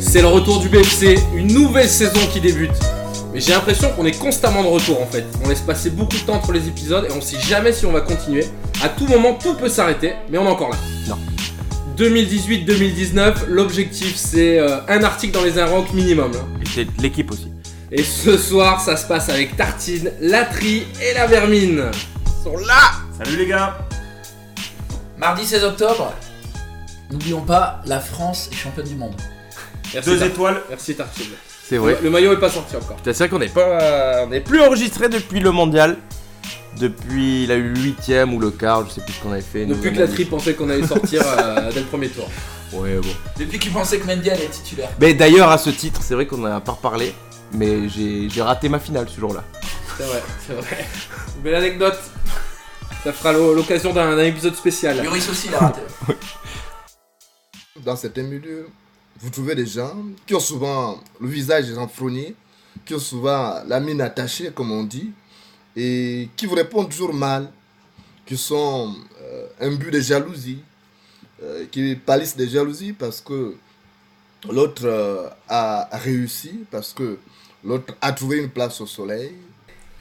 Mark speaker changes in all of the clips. Speaker 1: C'est le retour du BFC, une nouvelle saison qui débute. Mais j'ai l'impression qu'on est constamment de retour en fait. On laisse passer beaucoup de temps entre les épisodes et on sait jamais si on va continuer. À tout moment, tout peut s'arrêter, mais on est encore là.
Speaker 2: Non.
Speaker 1: 2018-2019, l'objectif c'est euh, un article dans les Inrocks minimum. là.
Speaker 2: Et peut-être l'équipe aussi.
Speaker 1: Et ce soir, ça se passe avec Tartine, Latrie et la Vermine. Ils sont là
Speaker 3: Salut les gars
Speaker 2: Ah,
Speaker 4: Mardi 16 octobre, n'oublions pas, la France est championne du monde.
Speaker 1: Merci,
Speaker 3: Deux
Speaker 1: Tar-
Speaker 3: étoiles,
Speaker 1: Merci Tartine.
Speaker 2: C'est vrai.
Speaker 1: Le maillot est pas sorti encore.
Speaker 2: Putain, C'est vrai qu'on n'est pas, on n'est plus enregistré depuis le mondial. Depuis la huitième ou le quart, je sais plus ce qu'on avait fait.
Speaker 1: Depuis que Latrie pensait qu'on allait sortir euh, dès le premier tour.
Speaker 2: Ouais, bon.
Speaker 4: Depuis qu'il pensait que Mendy allait être titulaire.
Speaker 2: Mais d'ailleurs, à ce titre, c'est vrai qu'on n'en a pas reparlé, mais j'ai j'ai raté ma finale ce jour-là.
Speaker 1: C'est vrai, c'est vrai. Belle anecdote. Ça fera l'o- l'occasion d'un d'un épisode spécial.
Speaker 4: Lloris aussi l'a raté.
Speaker 5: Dans certains milieux, vous trouvez des gens qui ont souvent le visage renfrogné, qui ont souvent la mine attachée, comme on dit, et qui vous répondent toujours mal, qui sont euh, imbus de jalousie, euh, qui pâlissent de jalousie parce que l'autre euh, a réussi, parce que l'autre a trouvé une place au soleil.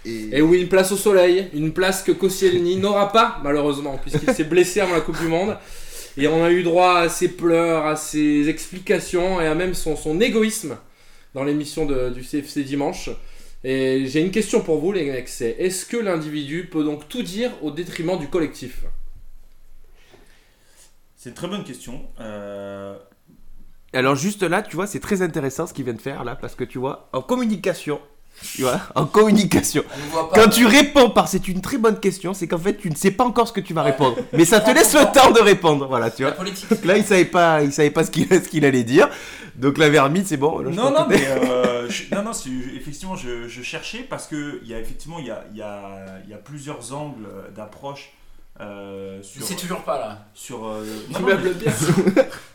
Speaker 1: Et oui, une place au soleil, une place que Koscielny n'aura pas, malheureusement, puisqu'il s'est blessé avant la Coupe du Monde. Et on a eu droit à ses pleurs, à ses explications et à même son, son égoïsme dans l'émission de- du CFC Dimanche. Et j'ai une question pour vous, les mecs, c'est est-ce que l'individu peut donc tout dire au détriment du collectif
Speaker 3: c'est une très bonne question. Euh,
Speaker 2: Alors juste là, tu vois, c'est très intéressant ce qu'il vient de faire là, parce que tu vois, en communication, tu vois, en communication.
Speaker 4: On ne voit pas.
Speaker 2: Quand tu réponds par c'est une très bonne question, c'est qu'en fait tu ne sais pas encore ce que tu vas répondre, mais ça te laisse le temps de répondre, voilà, tu
Speaker 4: La
Speaker 2: vois.
Speaker 4: politique.
Speaker 2: Donc là, il savait pas, il savait pas ce qu'il ce qu'il allait dire. Donc la vermine, c'est bon. là, je
Speaker 3: non,
Speaker 2: pense
Speaker 3: non,
Speaker 2: que-
Speaker 3: mais euh, je- non, non, c'est- je- effectivement, je, je cherchais parce que il y a effectivement il y a, il y a- il y a plusieurs angles euh, d'approche euh, sur
Speaker 4: C'est toujours pas là.
Speaker 3: sur euh,
Speaker 1: Tu
Speaker 3: non, non,
Speaker 1: m'as
Speaker 3: mais-
Speaker 1: bloqué.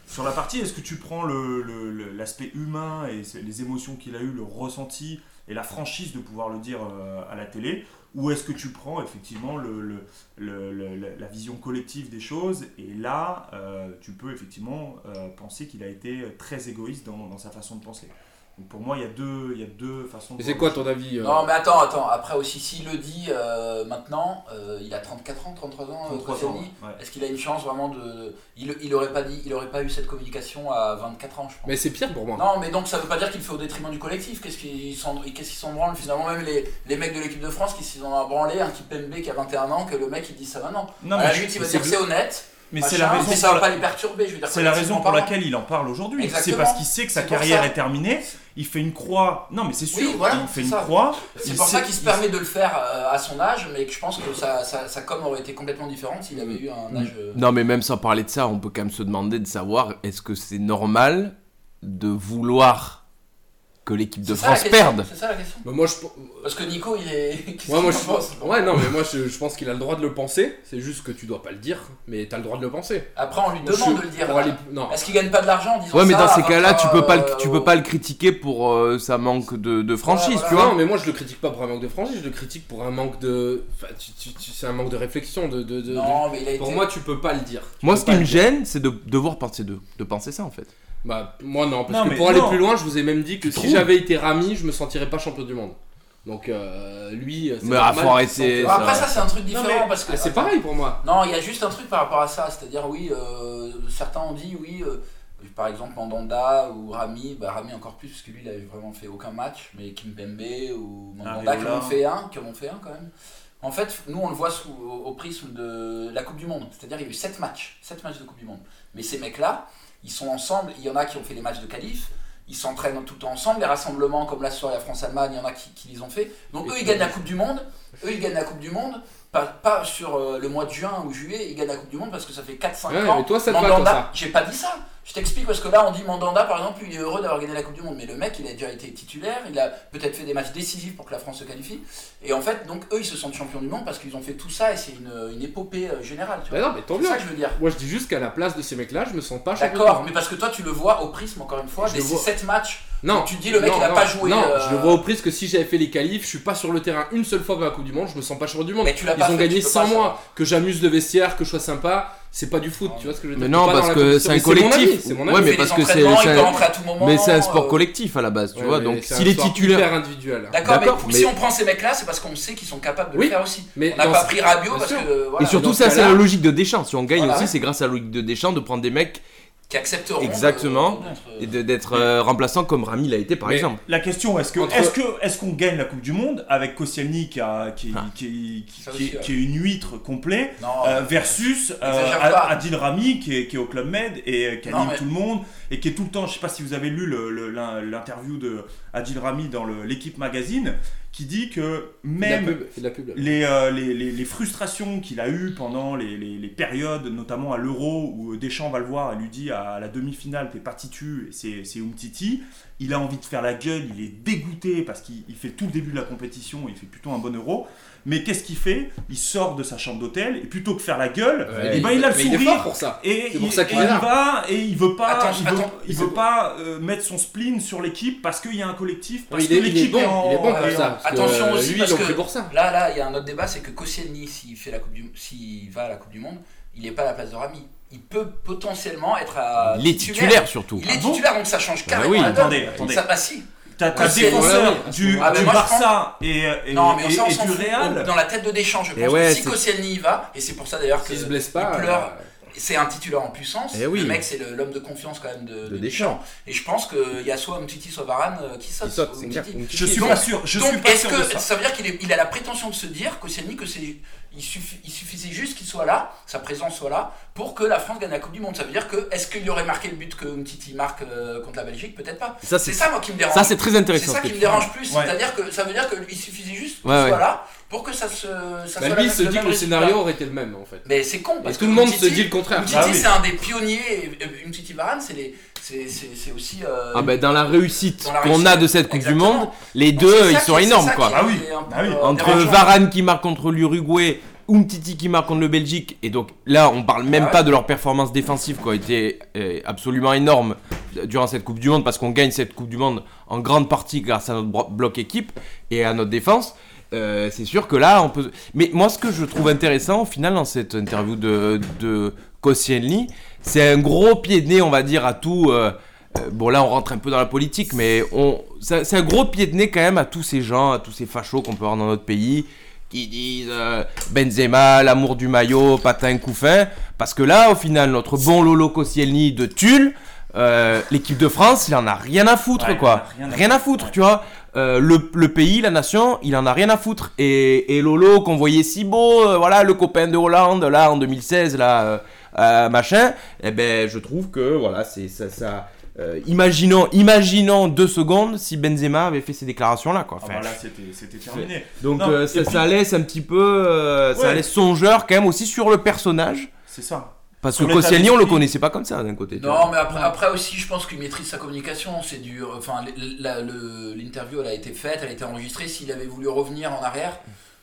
Speaker 3: sur la partie. Est-ce que tu prends le- le- le- l'aspect humain et c'est- les émotions qu'il a eu, le ressenti et la franchise de pouvoir le dire euh, à la télé, ou est-ce que tu prends effectivement le- le- le- le- la- la vision collective des choses et là euh, tu peux effectivement euh, penser qu'il a été très égoïste dans, dans sa façon de penser. Donc pour moi il y a deux il y a deux façons. de
Speaker 1: Mais c'est
Speaker 3: voir
Speaker 1: quoi
Speaker 3: les
Speaker 1: ton avis euh,
Speaker 4: Non, mais attends, attends. Après aussi, s'il le dit euh, maintenant, euh, il a 34 ans, 33 ans,
Speaker 3: choses. Trois
Speaker 4: euh,
Speaker 3: ans,
Speaker 4: Koscielny.
Speaker 3: ouais. Ouais.
Speaker 4: Est-ce qu'il a une chance vraiment de. Il, il aurait pas dit, il aurait pas eu cette communication à 24 ans, je pense.
Speaker 1: Mais c'est pire pour moi.
Speaker 4: Non, mais donc ça veut pas dire qu'il le fait au détriment du collectif. Qu'est-ce qu'ils s'en qu'est-ce qu'ils s'en branlent finalement Même les, les mecs de l'équipe de France qui s'en ont branlé, un type MB qui a 21 ans, que le mec il dit ça maintenant.
Speaker 3: Non,
Speaker 4: à la
Speaker 3: je-
Speaker 4: limite, il va
Speaker 3: mais
Speaker 4: dire que
Speaker 3: c'est-
Speaker 4: c'est Ah, honnête,
Speaker 3: mais
Speaker 4: machin,
Speaker 3: c'est la raison
Speaker 4: mais ça
Speaker 3: pour
Speaker 4: va
Speaker 3: la-
Speaker 4: pas les perturber. Je veux dire,
Speaker 3: C'est la raison
Speaker 4: collectivement
Speaker 3: pour
Speaker 4: parlant.
Speaker 3: laquelle il en parle aujourd'hui. C'est
Speaker 4: Exactement.
Speaker 3: parce qu'il sait que sa
Speaker 4: C'est pour
Speaker 3: carrière
Speaker 4: ça.
Speaker 3: est terminée. Il fait une croix. Non, mais c'est sûr.
Speaker 4: Oui, voilà,
Speaker 3: il fait
Speaker 4: c'est
Speaker 3: une
Speaker 4: ça.
Speaker 3: croix.
Speaker 4: C'est
Speaker 3: Il
Speaker 4: pour ça
Speaker 3: sait-
Speaker 4: qu'il se
Speaker 3: il-
Speaker 4: permet de le faire euh, à son âge, mais que je pense que sa, sa, sa com aurait été complètement différente s'il avait eu un âge. euh,
Speaker 2: Non, mais même sans parler de ça, on peut quand même se demander de savoir est-ce que c'est normal de vouloir que l'équipe de
Speaker 4: c'est ça la
Speaker 2: France
Speaker 4: question,
Speaker 2: perde
Speaker 4: C'est ça la question.
Speaker 1: Mais moi, je,
Speaker 4: Parce que Nico, il est. Qu'est-ce
Speaker 1: Ouais, moi,
Speaker 4: qu'il
Speaker 1: je
Speaker 4: en pense
Speaker 1: pense. Ouais, non, mais moi, je, je pense qu'il a le droit de le penser. C'est juste que tu dois pas le dire, mais t'as le droit de le penser.
Speaker 4: Après, on lui
Speaker 1: Moi, je-
Speaker 4: demande de le dire. hein.
Speaker 1: pour aller- Non.
Speaker 4: Est-ce qu'il gagne pas Ah, de l'argent en disant
Speaker 2: Ouais, mais
Speaker 4: ça
Speaker 2: dans
Speaker 4: à
Speaker 2: ces cas-là, tu peux pas, le,
Speaker 4: 20,
Speaker 2: tu
Speaker 4: euh,
Speaker 2: peux pas le critiquer pour euh, sa manque de, de franchise,
Speaker 4: Ouais,
Speaker 2: tu vois.
Speaker 4: voilà.
Speaker 1: Non, mais moi, je le critique pas pour un manque de franchise. Je le critique pour un manque de. Enfin, tu, tu- tu- c'est un manque de réflexion. De, de- de-
Speaker 4: Non, mais il a
Speaker 1: de-
Speaker 4: été.
Speaker 1: Pour moi, tu peux pas le dire. Tu
Speaker 2: Moi,
Speaker 1: peux
Speaker 2: ce
Speaker 1: pas
Speaker 2: qui me
Speaker 1: le-
Speaker 2: gêne, c'est de devoir penser de, de penser ça en fait.
Speaker 1: Bah, moi, non. Parce
Speaker 3: Non,
Speaker 1: que
Speaker 3: mais
Speaker 1: pour aller
Speaker 3: non.
Speaker 1: plus loin, je vous ai même dit que
Speaker 2: Tu
Speaker 1: si
Speaker 2: trouves
Speaker 1: j'avais été Rami, je me sentirais pas champion du monde. Donc, euh, lui. c'est
Speaker 2: Mais
Speaker 1: normal
Speaker 2: faut arrêter,
Speaker 1: qu'il se sente-
Speaker 2: c'est-
Speaker 4: Bon, Après,
Speaker 2: ça-
Speaker 4: ça, c'est un truc différent
Speaker 3: mais-
Speaker 4: parce que.
Speaker 1: Ah, c'est pareil pour moi.
Speaker 4: Non, il y a juste un truc par rapport à ça, c'est-à-dire oui, euh, certains ont dit oui, euh, par exemple Mandanda ou Rami, bah Rami encore plus parce que lui il avait vraiment fait aucun match, mais Kimpembe ou Mandanda qui
Speaker 3: Areola.
Speaker 4: en ont fait un, qui en ont fait un quand même. En fait, nous on le voit sous, au, au prisme de la Coupe du Monde, c'est-à-dire il y a eu 7 matchs, 7 matchs de Coupe du Monde. Mais ces mecs-là, ils sont ensemble, il y en a qui ont fait les matchs de qualif, ils s'entraînent tout le temps ensemble, les rassemblements comme la soirée à France-Allemagne, il y en a qui, qui les ont fait. Donc
Speaker 1: Et
Speaker 4: eux
Speaker 1: qui
Speaker 4: ils gagnent la
Speaker 1: les-
Speaker 4: Coupe du Monde, eux ils gagnent la Coupe du Monde pas, pas sur euh, le mois de juin ou juillet, il gagne la Coupe du Monde parce que ça fait 4-5
Speaker 1: Ouais,
Speaker 4: ans.
Speaker 1: mais toi, ça te va, toi,
Speaker 4: Mandanda,
Speaker 1: ça.
Speaker 4: j'ai pas dit ça. Je t'explique parce que là, on dit Mandanda, par exemple, il est heureux d'avoir gagné la Coupe du Monde. Mais le mec, il a déjà été titulaire, il a peut-être fait des matchs décisifs pour que la France se qualifie. Et en fait, donc eux, ils se sentent champions du monde parce qu'ils ont fait tout ça et c'est une, une épopée euh, générale. Tu
Speaker 1: Bah,
Speaker 4: vois.
Speaker 1: non, mais tant
Speaker 4: c'est
Speaker 1: mieux.
Speaker 4: ça que je veux dire.
Speaker 1: Moi, je dis juste qu'à la place de ces mecs-là, je me sens pas champion du
Speaker 4: D'accord,
Speaker 1: monde.
Speaker 4: mais parce que toi, tu le vois au prisme, encore une fois,
Speaker 1: Je
Speaker 4: des
Speaker 1: le vois.
Speaker 4: 7 matchs.
Speaker 1: Non,
Speaker 4: Tu te dis, le mec, il a pas joué,
Speaker 1: Non,
Speaker 4: euh,
Speaker 1: je le vois au prise que si j'avais fait les qualifs, je suis pas sur le terrain une seule fois dans la Coupe du Monde, je me sens pas champion du monde.
Speaker 4: Mais tu l'as
Speaker 1: Ils
Speaker 4: pas
Speaker 1: ont
Speaker 4: fait,
Speaker 1: gagné
Speaker 4: tu peux
Speaker 1: sans
Speaker 4: pas
Speaker 1: moi, que j'amuse le vestiaire, que je sois sympa.
Speaker 6: c'est pas du foot, tu vois ce que je veux dire
Speaker 2: Mais non,
Speaker 6: Pas dans
Speaker 2: parce
Speaker 6: la
Speaker 2: que
Speaker 6: compétition.
Speaker 2: c'est un
Speaker 6: Mais mon avis,
Speaker 2: collectif.
Speaker 6: c'est mon
Speaker 2: Ouais,
Speaker 6: avis.
Speaker 4: Il
Speaker 2: mais
Speaker 4: fait
Speaker 2: parce
Speaker 4: les
Speaker 2: que c'est-
Speaker 4: entraînements,
Speaker 2: c'est
Speaker 4: il
Speaker 2: un-
Speaker 4: peut rentrer à tout moment.
Speaker 2: Mais c'est un sport
Speaker 4: euh,
Speaker 2: collectif à la base, tu
Speaker 6: Ouais,
Speaker 2: vois.
Speaker 6: mais
Speaker 2: Donc
Speaker 6: c'est
Speaker 2: s'il
Speaker 6: un
Speaker 2: est
Speaker 6: sport
Speaker 2: titulaire.
Speaker 6: hyper individuel.
Speaker 4: D'accord, mais,
Speaker 2: D'accord,
Speaker 4: pour-
Speaker 2: mais-
Speaker 4: si on prend ces mecs-là, c'est parce qu'on sait qu'ils sont capables de
Speaker 6: Oui,
Speaker 4: le faire aussi.
Speaker 6: mais
Speaker 4: on n'a
Speaker 6: dans
Speaker 4: pas
Speaker 6: ce-
Speaker 4: pris Rabiot
Speaker 6: Bien
Speaker 4: parce
Speaker 6: sûr.
Speaker 4: que euh, voilà,
Speaker 2: Et surtout,
Speaker 6: dans ce
Speaker 2: ça, c'est
Speaker 6: cas-là-
Speaker 2: la logique de Deschamps. Si on gagne
Speaker 4: Voilà.
Speaker 2: aussi, c'est grâce à la logique de Deschamps de prendre des mecs
Speaker 4: qui accepteront. euh,
Speaker 2: Exactement.
Speaker 4: de- de- de-
Speaker 2: et de- d'être euh, remplaçants comme Rami l'a été par
Speaker 6: Mais-
Speaker 2: exemple.
Speaker 3: La question est-ce que
Speaker 6: Entre-
Speaker 3: est-ce que est-ce qu'on gagne la Coupe du Monde avec Koscielny qui a- qui,
Speaker 2: Ah.
Speaker 3: qui- qui-
Speaker 4: Ça
Speaker 3: qui-
Speaker 4: aussi, ouais.
Speaker 3: qui est une huître complète
Speaker 4: Non,
Speaker 3: euh, versus euh,
Speaker 4: Exagère pas.
Speaker 3: Ad- Adil Rami qui est, qui est au Club Med et euh, qui
Speaker 4: Non,
Speaker 3: anime
Speaker 4: mais-
Speaker 3: tout le monde et qui est tout le temps, je sais pas si vous avez lu le- le- l'in- l'interview de Adil Rami dans le- l'équipe magazine qui dit que
Speaker 6: C'est de la
Speaker 3: même
Speaker 6: pub, c'est de la pub. là.
Speaker 3: les, euh, les, les- les frustrations qu'il a eues pendant les, les- les périodes, notamment à l'Euro, où Deschamps va le voir et lui dit à la demi-finale, t'es pas titu, et c'est c'est Umtiti. Il a envie de faire la gueule, il est dégoûté parce qu'il il fait tout le début de la compétition, il fait plutôt un bon Euro. Mais qu'est-ce qu'il fait Il sort de sa chambre d'hôtel et plutôt que faire la gueule,
Speaker 6: Ouais,
Speaker 3: eh ben, il a le
Speaker 6: mais est
Speaker 3: sourire.
Speaker 6: fort pour ça.
Speaker 3: et
Speaker 6: C'est
Speaker 3: il,
Speaker 6: pour ça
Speaker 3: et
Speaker 6: qu'il
Speaker 3: il
Speaker 6: est là.
Speaker 3: va et il veut pas,
Speaker 4: Attends,
Speaker 3: il veut,
Speaker 4: attends.
Speaker 3: il veut pas euh, mettre son spleen sur l'équipe parce qu'il y a un collectif, parce
Speaker 6: il, est,
Speaker 3: que
Speaker 6: il est
Speaker 3: l'équipe
Speaker 6: bon,
Speaker 3: en-
Speaker 6: il est bon pour
Speaker 3: est en-
Speaker 6: ça. parce que,
Speaker 4: attention
Speaker 6: euh,
Speaker 4: aussi,
Speaker 6: lui,
Speaker 4: parce
Speaker 6: ils l'ont
Speaker 4: que-
Speaker 6: pris pour ça.
Speaker 4: Là, là, il y a un autre débat, c'est que Koscielny, s'il fait la Coupe du, s'il va à la Coupe du Monde, il n'est pas à la place de Rami. Il peut potentiellement être à
Speaker 2: Il est titulaire surtout.
Speaker 4: euh, Il est
Speaker 3: Ah bon
Speaker 4: titulaire, donc ça change
Speaker 2: Bah
Speaker 4: carrément
Speaker 2: oui,
Speaker 4: la donne.
Speaker 3: attendez, attendez.
Speaker 4: Ça, bah si.
Speaker 3: T'as t'as
Speaker 4: Ouais, c'est-
Speaker 3: défenseur
Speaker 6: ouais, ouais.
Speaker 3: du,
Speaker 6: Ah, mais
Speaker 3: du
Speaker 4: moi, je
Speaker 3: Barça et, et,
Speaker 4: Non, mais
Speaker 3: et-
Speaker 4: ça, on
Speaker 3: et
Speaker 4: s'en
Speaker 3: du
Speaker 4: fout.
Speaker 3: Real.
Speaker 4: Dans la tête de Deschamps, je
Speaker 2: Eh
Speaker 4: pense
Speaker 2: ouais,
Speaker 4: que si
Speaker 2: c'est-
Speaker 4: Koscielny y va, et c'est pour ça d'ailleurs que
Speaker 6: S'il se blesse pas.
Speaker 4: il pleure. c'est un titulaire en puissance.
Speaker 2: Eh oui.
Speaker 4: Le mec, c'est le- l'homme de confiance quand même
Speaker 2: De
Speaker 4: de, de
Speaker 2: Deschamps.
Speaker 4: Et je pense qu'il y a soit Umtiti, soit Varane euh, qui
Speaker 2: Il
Speaker 4: sautent.
Speaker 2: saute, c'est clair.
Speaker 3: Je suis
Speaker 4: Donc-
Speaker 3: pas sûr. Je suis
Speaker 4: Donc,
Speaker 3: pas
Speaker 4: est-ce
Speaker 3: sûr
Speaker 4: que
Speaker 3: de
Speaker 4: ça.
Speaker 3: ça.
Speaker 4: veut dire qu'il est- il a la prétention de se dire Koscielny, que c'est il, suffi- il suffisait juste qu'il soit là, sa présence soit là, pour que la France gagne la Coupe du Monde Ça veut dire que est-ce qu'il aurait marqué le but que Umtiti marque euh, contre la Belgique Peut-être pas.
Speaker 2: Ça
Speaker 4: C'est
Speaker 2: c'est
Speaker 4: ça moi qui me dérange.
Speaker 2: ça c'est très
Speaker 4: C'est
Speaker 2: intéressant.
Speaker 4: ça
Speaker 2: ce que
Speaker 4: qui me
Speaker 2: tu dis.
Speaker 4: dérange plus.
Speaker 3: Ouais.
Speaker 4: C'est-à-dire que ça veut dire qu'il suffisait juste qu'il
Speaker 2: Ouais,
Speaker 4: soit
Speaker 2: ouais.
Speaker 4: là pour que ça se. Ça
Speaker 6: Bah,
Speaker 4: soit
Speaker 6: lui,
Speaker 4: la-
Speaker 6: il se
Speaker 4: le
Speaker 6: dit
Speaker 4: même
Speaker 6: que le
Speaker 4: résultat.
Speaker 6: scénario aurait été le même en fait.
Speaker 4: Mais c'est con parce
Speaker 6: Et
Speaker 4: que
Speaker 6: tout le monde se
Speaker 4: Umtiti-
Speaker 6: dit le contraire.
Speaker 4: Umtiti,
Speaker 3: Ah oui.
Speaker 4: c'est un des pionniers. et- et Umtiti Varane, c'est les- c'est- c'est c'est aussi. euh,
Speaker 2: Ah ben, dans la réussite
Speaker 4: Dans la
Speaker 2: qu'on
Speaker 4: réussite,
Speaker 2: a de cette Coupe du
Speaker 4: exactement.
Speaker 2: Monde, les
Speaker 4: Donc,
Speaker 2: deux
Speaker 4: c'est
Speaker 2: ils
Speaker 4: ça
Speaker 2: sont
Speaker 4: qui- c'est
Speaker 2: énormes
Speaker 4: ça
Speaker 2: quoi.
Speaker 4: qui
Speaker 3: Ah oui,
Speaker 4: est un peu,
Speaker 3: ah oui.
Speaker 4: euh,
Speaker 2: Entre
Speaker 4: dérangeant.
Speaker 2: Varane qui marque contre l'Uruguay, Umtiti qui marque contre le Belgique, et donc là on parle même
Speaker 4: Ah ouais.
Speaker 2: pas de leur performance défensive qui a été euh, absolument énorme durant cette Coupe du Monde parce qu'on gagne cette Coupe du Monde en grande partie grâce à notre bro- bloc équipe et à notre défense. Euh, c'est sûr que là on peut. Mais moi ce que je trouve intéressant au final dans cette interview de, de Koscielny, c'est un gros pied de nez on va dire à tout. euh, euh, Bon là on rentre un peu dans la politique mais on c'est c'est un gros pied de nez quand même à tous ces gens, à tous ces fachos qu'on peut avoir dans notre pays qui disent euh, Benzema, l'amour du maillot, patin couffin parce que là au final notre bon Lolo Koscielny de Tulle euh, l'équipe de France, il en a rien à foutre
Speaker 3: Ouais,
Speaker 2: quoi.
Speaker 3: il en a rien à
Speaker 2: Rien à
Speaker 3: foutre,
Speaker 2: foutre, tu vois. Euh, le, le pays, la nation, il en a rien à foutre. Et, et Lolo qu'on voyait si beau, euh, voilà, le copain de Hollande là en 2016 là euh, euh, machin, eh ben je trouve que voilà, c'est ça, ça euh, imaginons, imaginons deux secondes si Benzema avait fait ces déclarations là quoi.
Speaker 3: Ah
Speaker 2: Enfin,
Speaker 3: bah là, c'était c'était terminé.
Speaker 2: donc
Speaker 3: Non,
Speaker 2: euh,
Speaker 3: et
Speaker 2: ça,
Speaker 3: puis-
Speaker 2: ça laisse un petit peu, euh, ça
Speaker 3: Ouais.
Speaker 2: laisse songeur quand même aussi sur le personnage.
Speaker 3: C'est ça.
Speaker 2: Parce
Speaker 3: Sur
Speaker 2: que
Speaker 3: l'état
Speaker 2: Koscielny, on le
Speaker 3: d'esprit.
Speaker 2: connaissait pas comme ça d'un côté. tu vois.
Speaker 4: Non, mais après, après aussi, je pense qu'il maîtrise sa communication. C'est du, enfin, l- la- le- l'interview, elle a été faite, elle a été enregistrée. S'il avait voulu revenir en arrière,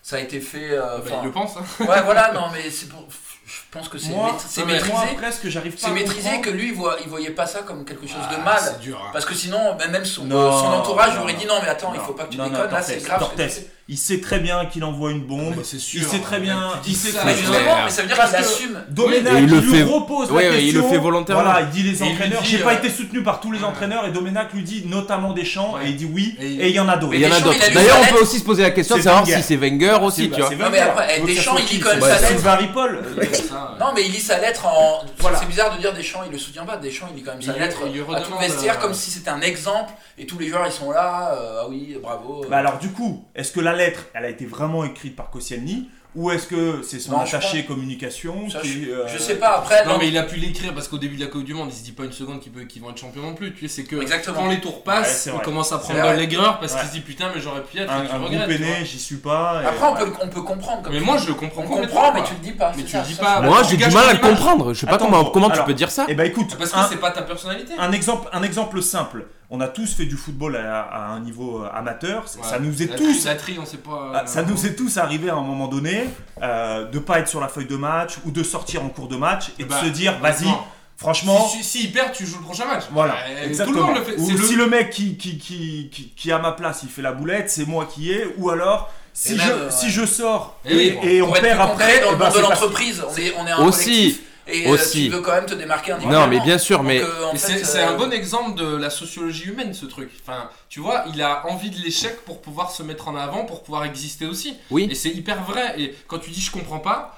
Speaker 4: ça a été fait. euh,
Speaker 6: Bah,
Speaker 4: enfin,
Speaker 6: il le pense. hein.
Speaker 4: ouais, voilà, non, mais c'est pour- je pense que c'est
Speaker 3: Moi,
Speaker 4: maît- c'est
Speaker 3: moi,
Speaker 4: maîtrisé.
Speaker 3: presque, j'arrive pas.
Speaker 4: c'est
Speaker 3: à
Speaker 4: maîtrisé
Speaker 3: comprendre.
Speaker 4: que lui, il, voit, il voyait pas ça comme quelque chose de
Speaker 6: Ah,
Speaker 4: mal.
Speaker 6: C'est dur. hein.
Speaker 4: Parce que sinon, ben, même son,
Speaker 3: Non,
Speaker 4: son entourage
Speaker 3: non,
Speaker 4: aurait
Speaker 3: non.
Speaker 4: dit non, mais attends, il
Speaker 3: Non,
Speaker 4: faut pas que tu
Speaker 3: non, non,
Speaker 4: déconnes, là
Speaker 3: Cortés,
Speaker 4: c'est grave. ce que tu
Speaker 3: Cortés.
Speaker 4: fais.
Speaker 3: Il sait très bien qu'il envoie une bombe.
Speaker 4: Ah,
Speaker 6: Mais c'est sûr.
Speaker 3: il sait très bien.
Speaker 6: Tu dis
Speaker 3: il sait
Speaker 6: ça,
Speaker 3: très
Speaker 4: Mais
Speaker 6: c'est
Speaker 3: bien.
Speaker 6: clair.
Speaker 4: justement, mais ça veut dire
Speaker 3: Parce
Speaker 4: qu'il
Speaker 3: que-
Speaker 4: assume.
Speaker 3: Domenech
Speaker 2: Et il le
Speaker 3: lui
Speaker 2: fait-
Speaker 3: repose
Speaker 2: Ouais,
Speaker 3: la
Speaker 2: ouais, il
Speaker 3: question.
Speaker 2: le fait volontairement.
Speaker 3: Voilà, il dit les
Speaker 6: Et il lui
Speaker 3: entraîneurs.
Speaker 6: dit,
Speaker 3: J'ai pas
Speaker 6: euh,
Speaker 3: été soutenu par tous les entraîneurs et Domenech lui dit notamment Deschamps
Speaker 6: Ouais.
Speaker 3: et il dit oui
Speaker 6: Et-
Speaker 3: et il y en a d'autres.
Speaker 2: Il y en a
Speaker 4: Deschamps,
Speaker 2: d'autres.
Speaker 4: il a lu
Speaker 2: D'ailleurs,
Speaker 4: sa
Speaker 2: on peut
Speaker 4: lettre.
Speaker 2: aussi se poser la question de
Speaker 3: C'est
Speaker 2: savoir
Speaker 3: Wenger.
Speaker 2: si c'est Wenger aussi, tu vois.
Speaker 4: Non, mais après, eh, Deschamps, il lit quand même sa lettre.
Speaker 3: Sylvain Ripoll.
Speaker 6: Ça,
Speaker 4: Non, mais il lit sa lettre en.
Speaker 3: Voilà.
Speaker 4: C'est bizarre de dire Deschamps, il le soutient pas. Deschamps, il lit quand même sa
Speaker 6: Il-
Speaker 4: lettre
Speaker 6: il lui
Speaker 4: à tout le
Speaker 6: redemande,
Speaker 4: vestiaire
Speaker 6: euh,
Speaker 4: comme si c'était un exemple. Et tous les joueurs, ils sont là. euh, ah oui, bravo. euh.
Speaker 3: Bah alors du coup, est-ce que la lettre, elle a été vraiment écrite par Koscielny ou est-ce que c'est son
Speaker 4: Non, je
Speaker 3: attaché communication
Speaker 4: Ça,
Speaker 3: qui,
Speaker 4: je,
Speaker 3: euh,
Speaker 4: je sais pas. Après,
Speaker 6: Non,
Speaker 4: non,
Speaker 6: mais il a pu l'écrire parce qu'au début de la Coupe du Monde, il se dit pas une seconde qu'ils peuvent- qu'ils vont être champions non plus. Tu sais, c'est que
Speaker 4: Exactement.
Speaker 6: quand les tours
Speaker 3: Ouais,
Speaker 6: passent,
Speaker 3: c'est
Speaker 6: il
Speaker 3: vrai.
Speaker 6: commence à
Speaker 4: C'est
Speaker 6: prendre de
Speaker 4: vrai.
Speaker 6: la l'aigreur parce
Speaker 3: Ouais.
Speaker 6: qu'il se dit putain, mais j'aurais pu être
Speaker 3: un,
Speaker 6: et tu
Speaker 3: un groupe
Speaker 6: regrettes. tu vois.
Speaker 3: aîné, j'y suis pas. et-
Speaker 4: après, on peut, le- on peut comprendre. Comme
Speaker 6: Mais
Speaker 4: tu
Speaker 6: moi,
Speaker 4: dis.
Speaker 6: je le comprends.
Speaker 4: on
Speaker 6: complètement,
Speaker 4: comprend, mais
Speaker 6: quoi.
Speaker 4: tu le dis pas.
Speaker 6: Mais
Speaker 4: c'est
Speaker 6: tu
Speaker 4: ça,
Speaker 6: le dis
Speaker 4: ça.
Speaker 6: pas.
Speaker 2: Moi,
Speaker 6: Tu
Speaker 2: j'ai du
Speaker 6: gâches
Speaker 2: mal
Speaker 6: ton
Speaker 2: à le
Speaker 6: image.
Speaker 2: comprendre. Je sais pas
Speaker 3: Attends,
Speaker 2: comment,
Speaker 3: bon,
Speaker 2: comment tu
Speaker 3: alors,
Speaker 2: peux dire ça.
Speaker 3: Eh ben écoute,
Speaker 6: Parce que
Speaker 3: un,
Speaker 6: c'est pas ta personnalité.
Speaker 3: un exemple, un exemple simple. On a tous fait du football à, à un niveau euh, amateur. C'est-
Speaker 6: Ouais.
Speaker 3: Ça nous est
Speaker 6: La
Speaker 3: tous
Speaker 6: tri- La tri, on sait pas.
Speaker 3: Ah, Ça
Speaker 6: euh,
Speaker 3: nous est tous arrivé à un moment donné euh, de pas être sur la feuille de match ou de sortir en cours de match et
Speaker 6: Bah,
Speaker 3: de se dire vas-y,
Speaker 6: honnêtement,
Speaker 3: franchement,
Speaker 6: Si, si, s'il perd, tu joues le prochain match.
Speaker 3: voilà.
Speaker 6: Euh,
Speaker 3: exactement.
Speaker 6: Tout le monde le fait.
Speaker 3: Ou
Speaker 6: C'est
Speaker 3: si
Speaker 6: le-
Speaker 3: le mec qui, qui, qui, qui, qui, à ma place il fait la boulette, c'est moi qui ai, ou alors si,
Speaker 4: Et
Speaker 3: je,
Speaker 4: même, euh,
Speaker 3: si je sors
Speaker 6: Et
Speaker 3: et,
Speaker 6: oui,
Speaker 3: et on
Speaker 4: Pour être
Speaker 3: perd
Speaker 4: plus concret,
Speaker 3: après,
Speaker 4: dans
Speaker 3: eh ben,
Speaker 4: le monde de
Speaker 3: c'est parce-
Speaker 4: l'entreprise, on est, on est un
Speaker 2: Aussi,
Speaker 4: collectif. Et euh,
Speaker 2: Aussi.
Speaker 4: tu veux quand même te démarquer individuellement.
Speaker 2: Non, mais bien sûr, mais
Speaker 4: Donc, euh, en
Speaker 1: Mais
Speaker 4: fait,
Speaker 1: C'est c'est un
Speaker 4: euh,
Speaker 1: bon exemple de la sociologie humaine, ce truc. Enfin, tu vois, il a envie de l'échec pour pouvoir se mettre en avant, pour pouvoir exister aussi.
Speaker 2: Oui.
Speaker 1: Et c'est hyper vrai. Et quand tu dis je comprends pas,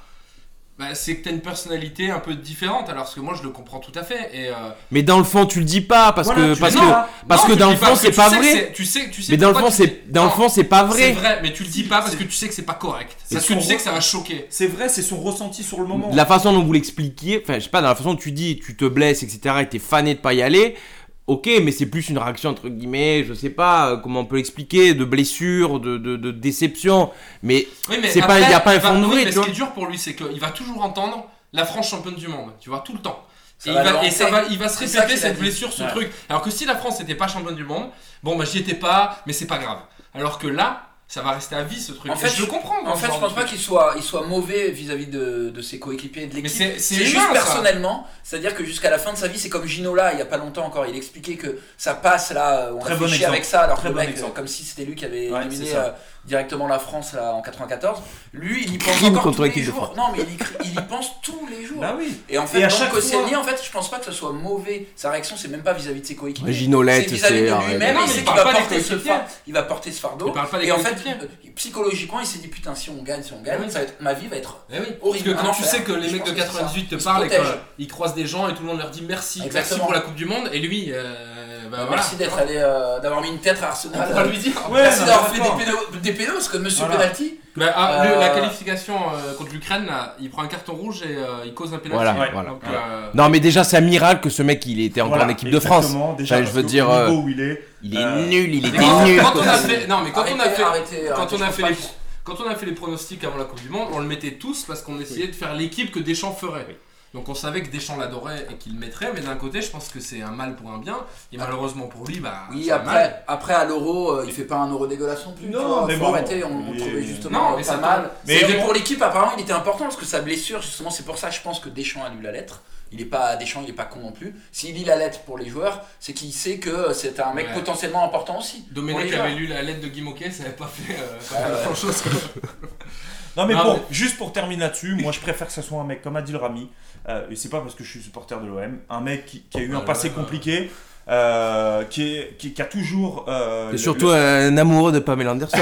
Speaker 1: bah, c'est que t'as une personnalité un peu différente. Alors parce que moi, je le comprends tout à fait. Et euh,
Speaker 2: mais dans le fond, tu le dis pas parce
Speaker 3: Voilà,
Speaker 2: que
Speaker 3: tu
Speaker 2: parce
Speaker 3: dis
Speaker 2: que
Speaker 3: pas.
Speaker 2: parce
Speaker 1: non,
Speaker 2: que
Speaker 1: tu
Speaker 2: dans
Speaker 1: dis
Speaker 2: le fond,
Speaker 1: parce que
Speaker 2: c'est
Speaker 1: tu
Speaker 2: pas
Speaker 1: sais que
Speaker 2: vrai.
Speaker 1: Tu sais, tu sais.
Speaker 2: Mais dans le
Speaker 1: pourquoi
Speaker 2: fond,
Speaker 1: tu dis-
Speaker 2: c'est dans le
Speaker 1: Non,
Speaker 2: fond, c'est pas
Speaker 1: c'est
Speaker 2: vrai.
Speaker 1: vrai. Mais tu le dis pas parce que tu sais que c'est pas correct.
Speaker 3: Et
Speaker 1: Parce que
Speaker 3: son
Speaker 1: tu sais que
Speaker 3: re-
Speaker 1: ça va choquer.
Speaker 3: C'est vrai, c'est son ressenti sur le moment.
Speaker 2: De La façon dont vous l'expliquiez, enfin, je sais pas, dans la façon dont tu dis, tu te blesses, etc., et t'es fané de pas y aller. Ok, mais c'est plus une réaction entre guillemets, je sais pas euh, comment on peut l'expliquer, de blessure, de, de, de déception. Mais
Speaker 1: Oui, mais
Speaker 2: C'est pas-
Speaker 1: après,
Speaker 2: il y a pas un
Speaker 1: va-
Speaker 2: fond de
Speaker 1: oui,
Speaker 2: vrai,
Speaker 1: mais
Speaker 2: tu
Speaker 1: Ce
Speaker 2: vois.
Speaker 1: qui est dur pour lui, c'est qu'il va toujours entendre la France championne du monde. Tu vois, tout le temps.
Speaker 4: ça
Speaker 1: Et,
Speaker 4: va
Speaker 1: il va,
Speaker 4: le
Speaker 1: et ça va,
Speaker 4: hanter.
Speaker 1: il va se
Speaker 4: C'est ça
Speaker 1: répéter
Speaker 4: qu'il a
Speaker 1: cette
Speaker 4: dit.
Speaker 1: blessure, ce
Speaker 3: Ouais.
Speaker 1: truc. Alors que si la France n'était pas championne du monde, bon, bah j'y étais pas, mais c'est pas grave. Alors que là, ça va rester à vie ce truc.
Speaker 4: En
Speaker 1: Et
Speaker 4: fait,
Speaker 1: je le comprends.
Speaker 4: En
Speaker 1: ce
Speaker 4: fait, je
Speaker 1: genre
Speaker 4: pense
Speaker 1: de
Speaker 4: pas
Speaker 1: truc.
Speaker 4: qu'il soit, il soit mauvais vis-à-vis de, de ses coéquipiers et de
Speaker 1: Mais
Speaker 4: l'équipe.
Speaker 1: c'est- c'est
Speaker 4: C'est juste
Speaker 1: humain, ça.
Speaker 4: personnellement, c'est-à-dire que jusqu'à la fin de sa vie, c'est comme Ginola, il y a pas longtemps encore, il expliquait que ça passe là, on
Speaker 3: Très bon
Speaker 4: réfléchit
Speaker 3: exemple.
Speaker 4: avec ça, alors
Speaker 3: Très
Speaker 4: que le
Speaker 3: bon
Speaker 4: mec,
Speaker 3: exemple.
Speaker 4: euh, comme si c'était lui qui avait
Speaker 3: Ouais,
Speaker 4: éliminé
Speaker 3: c'est ça.
Speaker 4: euh, directement la France là, en 94, lui il y pense
Speaker 2: Crime
Speaker 4: encore
Speaker 2: contre
Speaker 4: tous les
Speaker 2: l'équipe de
Speaker 4: jours. Non mais il y, cr- il y pense tous les jours.
Speaker 3: Bah oui.
Speaker 4: Et en fait,
Speaker 3: Et à
Speaker 4: donc
Speaker 3: chaque
Speaker 4: Koscielny,
Speaker 3: fois-
Speaker 4: en fait, je pense pas que ce soit mauvais. Sa réaction, c'est même pas vis-à-vis de ses coéquipiers.
Speaker 2: Ginolette,
Speaker 4: C'est vis-à-vis
Speaker 2: c'est.
Speaker 4: de lui-même,
Speaker 1: Non,
Speaker 4: il
Speaker 1: mais
Speaker 4: sait
Speaker 1: il
Speaker 4: qu'il
Speaker 1: parle
Speaker 4: va
Speaker 1: pas des
Speaker 4: porter ce
Speaker 1: coéquipiers.
Speaker 4: fardeau, il va porter ce fardeau.
Speaker 1: Il parle pas des
Speaker 4: Et en fait,
Speaker 1: coéquipiers. Ah
Speaker 4: euh, psychologiquement, il s'est dit putain, si on gagne, si on gagne,
Speaker 1: Oui.
Speaker 4: ça va être, ma vie va être.
Speaker 1: Eh oui, parce
Speaker 4: Horrible,
Speaker 1: que quand
Speaker 4: un
Speaker 1: tu
Speaker 4: enfer.
Speaker 1: sais que les
Speaker 4: Je
Speaker 1: mecs de
Speaker 4: pense que c'est ça.
Speaker 1: 98 te
Speaker 4: Ils se
Speaker 1: parlent et
Speaker 4: protègent.
Speaker 1: qu'ils croisent des gens et tout le monde leur dit merci, merci
Speaker 4: Exactement.
Speaker 1: pour la Coupe du Monde, et lui, euh, bah, voilà. Ah, bah,
Speaker 4: Merci d'être allé, euh, d'avoir mis une tête à
Speaker 1: On
Speaker 4: Arsenal.
Speaker 1: va lui dire.
Speaker 3: Ouais,
Speaker 4: Merci
Speaker 3: non,
Speaker 4: d'avoir fait
Speaker 3: d'accord.
Speaker 4: des pénaux, des pénaux, parce que Monsieur
Speaker 3: Voilà.
Speaker 4: Penalty.
Speaker 1: Bah, ah, le-
Speaker 4: Euh,
Speaker 1: La qualification euh, contre l'Ukraine, là, il prend un carton rouge et euh, il cause un pénalty.
Speaker 2: Voilà,
Speaker 3: Ouais.
Speaker 2: voilà.
Speaker 1: Donc, euh,
Speaker 2: Non, mais déjà, c'est un miracle que ce mec, il était encore en équipe de France.
Speaker 3: Déjà,
Speaker 2: Enfin, je
Speaker 3: parce
Speaker 2: veux
Speaker 3: que
Speaker 2: dire,
Speaker 3: au niveau
Speaker 2: euh,
Speaker 3: où il est.
Speaker 2: Il est
Speaker 3: Euh,
Speaker 2: nul, il était
Speaker 1: quand-
Speaker 2: nul.
Speaker 1: quand on
Speaker 2: quoi.
Speaker 1: a fait, non mais quand on a
Speaker 4: Arrêtez,
Speaker 1: fait,
Speaker 4: arrêtez,
Speaker 1: quand
Speaker 4: arrêtez,
Speaker 1: on
Speaker 4: je
Speaker 1: a
Speaker 4: pense
Speaker 1: fait
Speaker 4: pas
Speaker 1: les,
Speaker 4: que-
Speaker 1: quand on a fait les pronostics avant la Coupe du Monde, on le mettait tous parce qu'on essayait de faire l'équipe que Deschamps ferait. Donc on savait que Deschamps l'adorait et qu'il le mettrait, mais d'un côté, je pense que c'est un mal pour un bien et malheureusement pour lui, bah
Speaker 4: Oui,
Speaker 1: c'est un mal.
Speaker 4: après, après à l'euro, euh, il fait pas un euro dégueulasse non plus.
Speaker 3: Non,
Speaker 4: tu vois,
Speaker 3: mais
Speaker 4: faut
Speaker 3: bon.
Speaker 4: arrêter, on, on
Speaker 3: Mais-
Speaker 4: trouvait justement
Speaker 1: Non, mais
Speaker 4: pas
Speaker 1: ça tombe.
Speaker 4: mal.
Speaker 3: Mais
Speaker 4: Mais
Speaker 3: on-
Speaker 4: pour l'équipe, apparemment, il était important parce que sa blessure, justement, c'est pour ça, je pense que Deschamps a lu la lettre. Il est pas Deschamps, il est pas con non plus. S'il lit la lettre pour les joueurs, c'est qu'il sait que c'est un mec
Speaker 1: Ouais.
Speaker 4: potentiellement important aussi. Pour les
Speaker 1: Domenech
Speaker 4: joueurs.
Speaker 1: avait lu la lettre de Guy Moquet, ça avait pas fait euh, pas fait grand-chose.
Speaker 3: Non mais
Speaker 1: Non,
Speaker 3: bon, juste pour terminer là-dessus, moi je préfère que ce soit un mec comme Adil Rami, euh, et c'est pas parce que je suis supporter de l'OM, un mec qui, qui a eu un
Speaker 1: Ouais,
Speaker 3: passé
Speaker 1: ouais, ouais.
Speaker 3: compliqué, euh, qui, est- qui- qui a toujours, euh,
Speaker 2: Et
Speaker 3: le-
Speaker 2: surtout
Speaker 3: le-
Speaker 2: un amoureux de Pamela Anderson.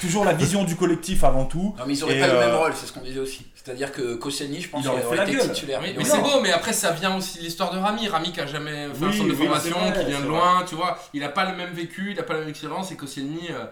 Speaker 3: toujours la vision du collectif avant tout.
Speaker 4: Non, mais ils auraient
Speaker 3: Et,
Speaker 4: pas eu le
Speaker 3: euh,
Speaker 4: même rôle, c'est ce qu'on disait aussi. C'est-à-dire que Koscielny, je pense,
Speaker 3: Il
Speaker 4: qu'il
Speaker 3: aurait
Speaker 4: aurait,
Speaker 3: fait la
Speaker 4: été
Speaker 3: gueule.
Speaker 4: titulaire.
Speaker 1: Oui,
Speaker 4: Il
Speaker 1: mais
Speaker 4: aurait-
Speaker 1: c'est beau, mais après ça vient aussi de l'histoire de Rami. Rami qui a jamais fait un
Speaker 3: Oui,
Speaker 1: centre de
Speaker 3: oui,
Speaker 1: formation,
Speaker 3: c'est vrai,
Speaker 1: qui vient
Speaker 3: c'est
Speaker 1: de loin, tu vois. Il a pas le même vécu, il a pas la même expérience et Koscielny, euh,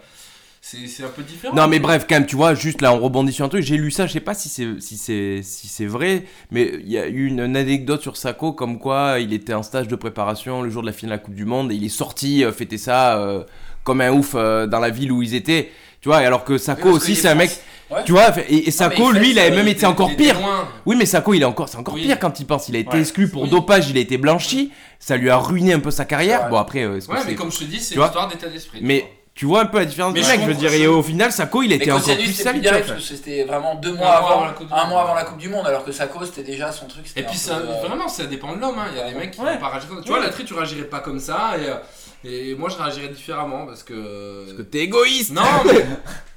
Speaker 1: c'est c'est un peu différent.
Speaker 2: Non mais bref, quand même, tu vois, juste là, on rebondit sur un truc. J'ai lu ça, je sais pas si c'est si c'est si c'est vrai, mais il y a eu une, une anecdote sur Sacco comme quoi il était en stage de préparation le jour de la finale de la Coupe du Monde et il est sorti euh, fêter ça euh, comme un ouf euh, dans la ville où ils étaient. Tu vois, et alors que
Speaker 4: Oui,
Speaker 2: Sacco
Speaker 4: parce
Speaker 2: aussi,
Speaker 4: qu'il est
Speaker 2: c'est un mec.
Speaker 4: français. Ouais.
Speaker 2: Tu vois, et, et
Speaker 4: mais
Speaker 2: Sacco,
Speaker 4: il fait
Speaker 2: lui, il
Speaker 4: ça,
Speaker 2: avait
Speaker 4: il
Speaker 2: même
Speaker 4: était-
Speaker 2: été encore
Speaker 1: Il était
Speaker 2: pire.
Speaker 1: loin.
Speaker 2: Oui, mais Sacco, il est encore, c'est encore
Speaker 1: Oui.
Speaker 2: pire quand il pense. Il a été
Speaker 3: Ouais.
Speaker 2: exclu pour
Speaker 1: Oui.
Speaker 2: dopage, il a été blanchi. Ça lui a ruiné un peu sa carrière.
Speaker 4: Ouais.
Speaker 2: Bon, après, euh, est-ce que
Speaker 1: Ouais,
Speaker 2: c'est-
Speaker 1: mais comme je te dis, c'est
Speaker 2: Tu vois
Speaker 1: l'histoire d'état d'esprit.
Speaker 2: Mais tu vois un peu la différence
Speaker 1: Mais
Speaker 2: du
Speaker 1: je
Speaker 2: mec, je veux
Speaker 1: comprends.
Speaker 2: dire. Et au final, Sacco, il
Speaker 4: Mais
Speaker 2: était encore
Speaker 4: Koscielny,
Speaker 2: plus
Speaker 4: c'était
Speaker 2: sale.
Speaker 4: plus
Speaker 2: tu vois.
Speaker 4: direct, parce que c'était vraiment deux
Speaker 1: Un
Speaker 4: mois
Speaker 1: mois
Speaker 4: avant,
Speaker 1: avant la Coupe du
Speaker 4: un
Speaker 1: Monde.
Speaker 4: mois avant la Coupe du Monde, alors que Sacco c'était déjà son truc. c'était
Speaker 1: Et puis
Speaker 4: un
Speaker 1: ça,
Speaker 4: peu, euh,
Speaker 1: vraiment, ça dépend de l'homme. hein. Il y a des mecs qui
Speaker 3: Ouais.
Speaker 1: vont pas réagir. comme ça. Tu
Speaker 3: Ouais.
Speaker 1: vois, la tri, tu réagirais pas comme ça. Et, euh, et moi, je réagirais différemment parce que. euh,
Speaker 2: Parce que t'es égoïste.
Speaker 1: Non, mais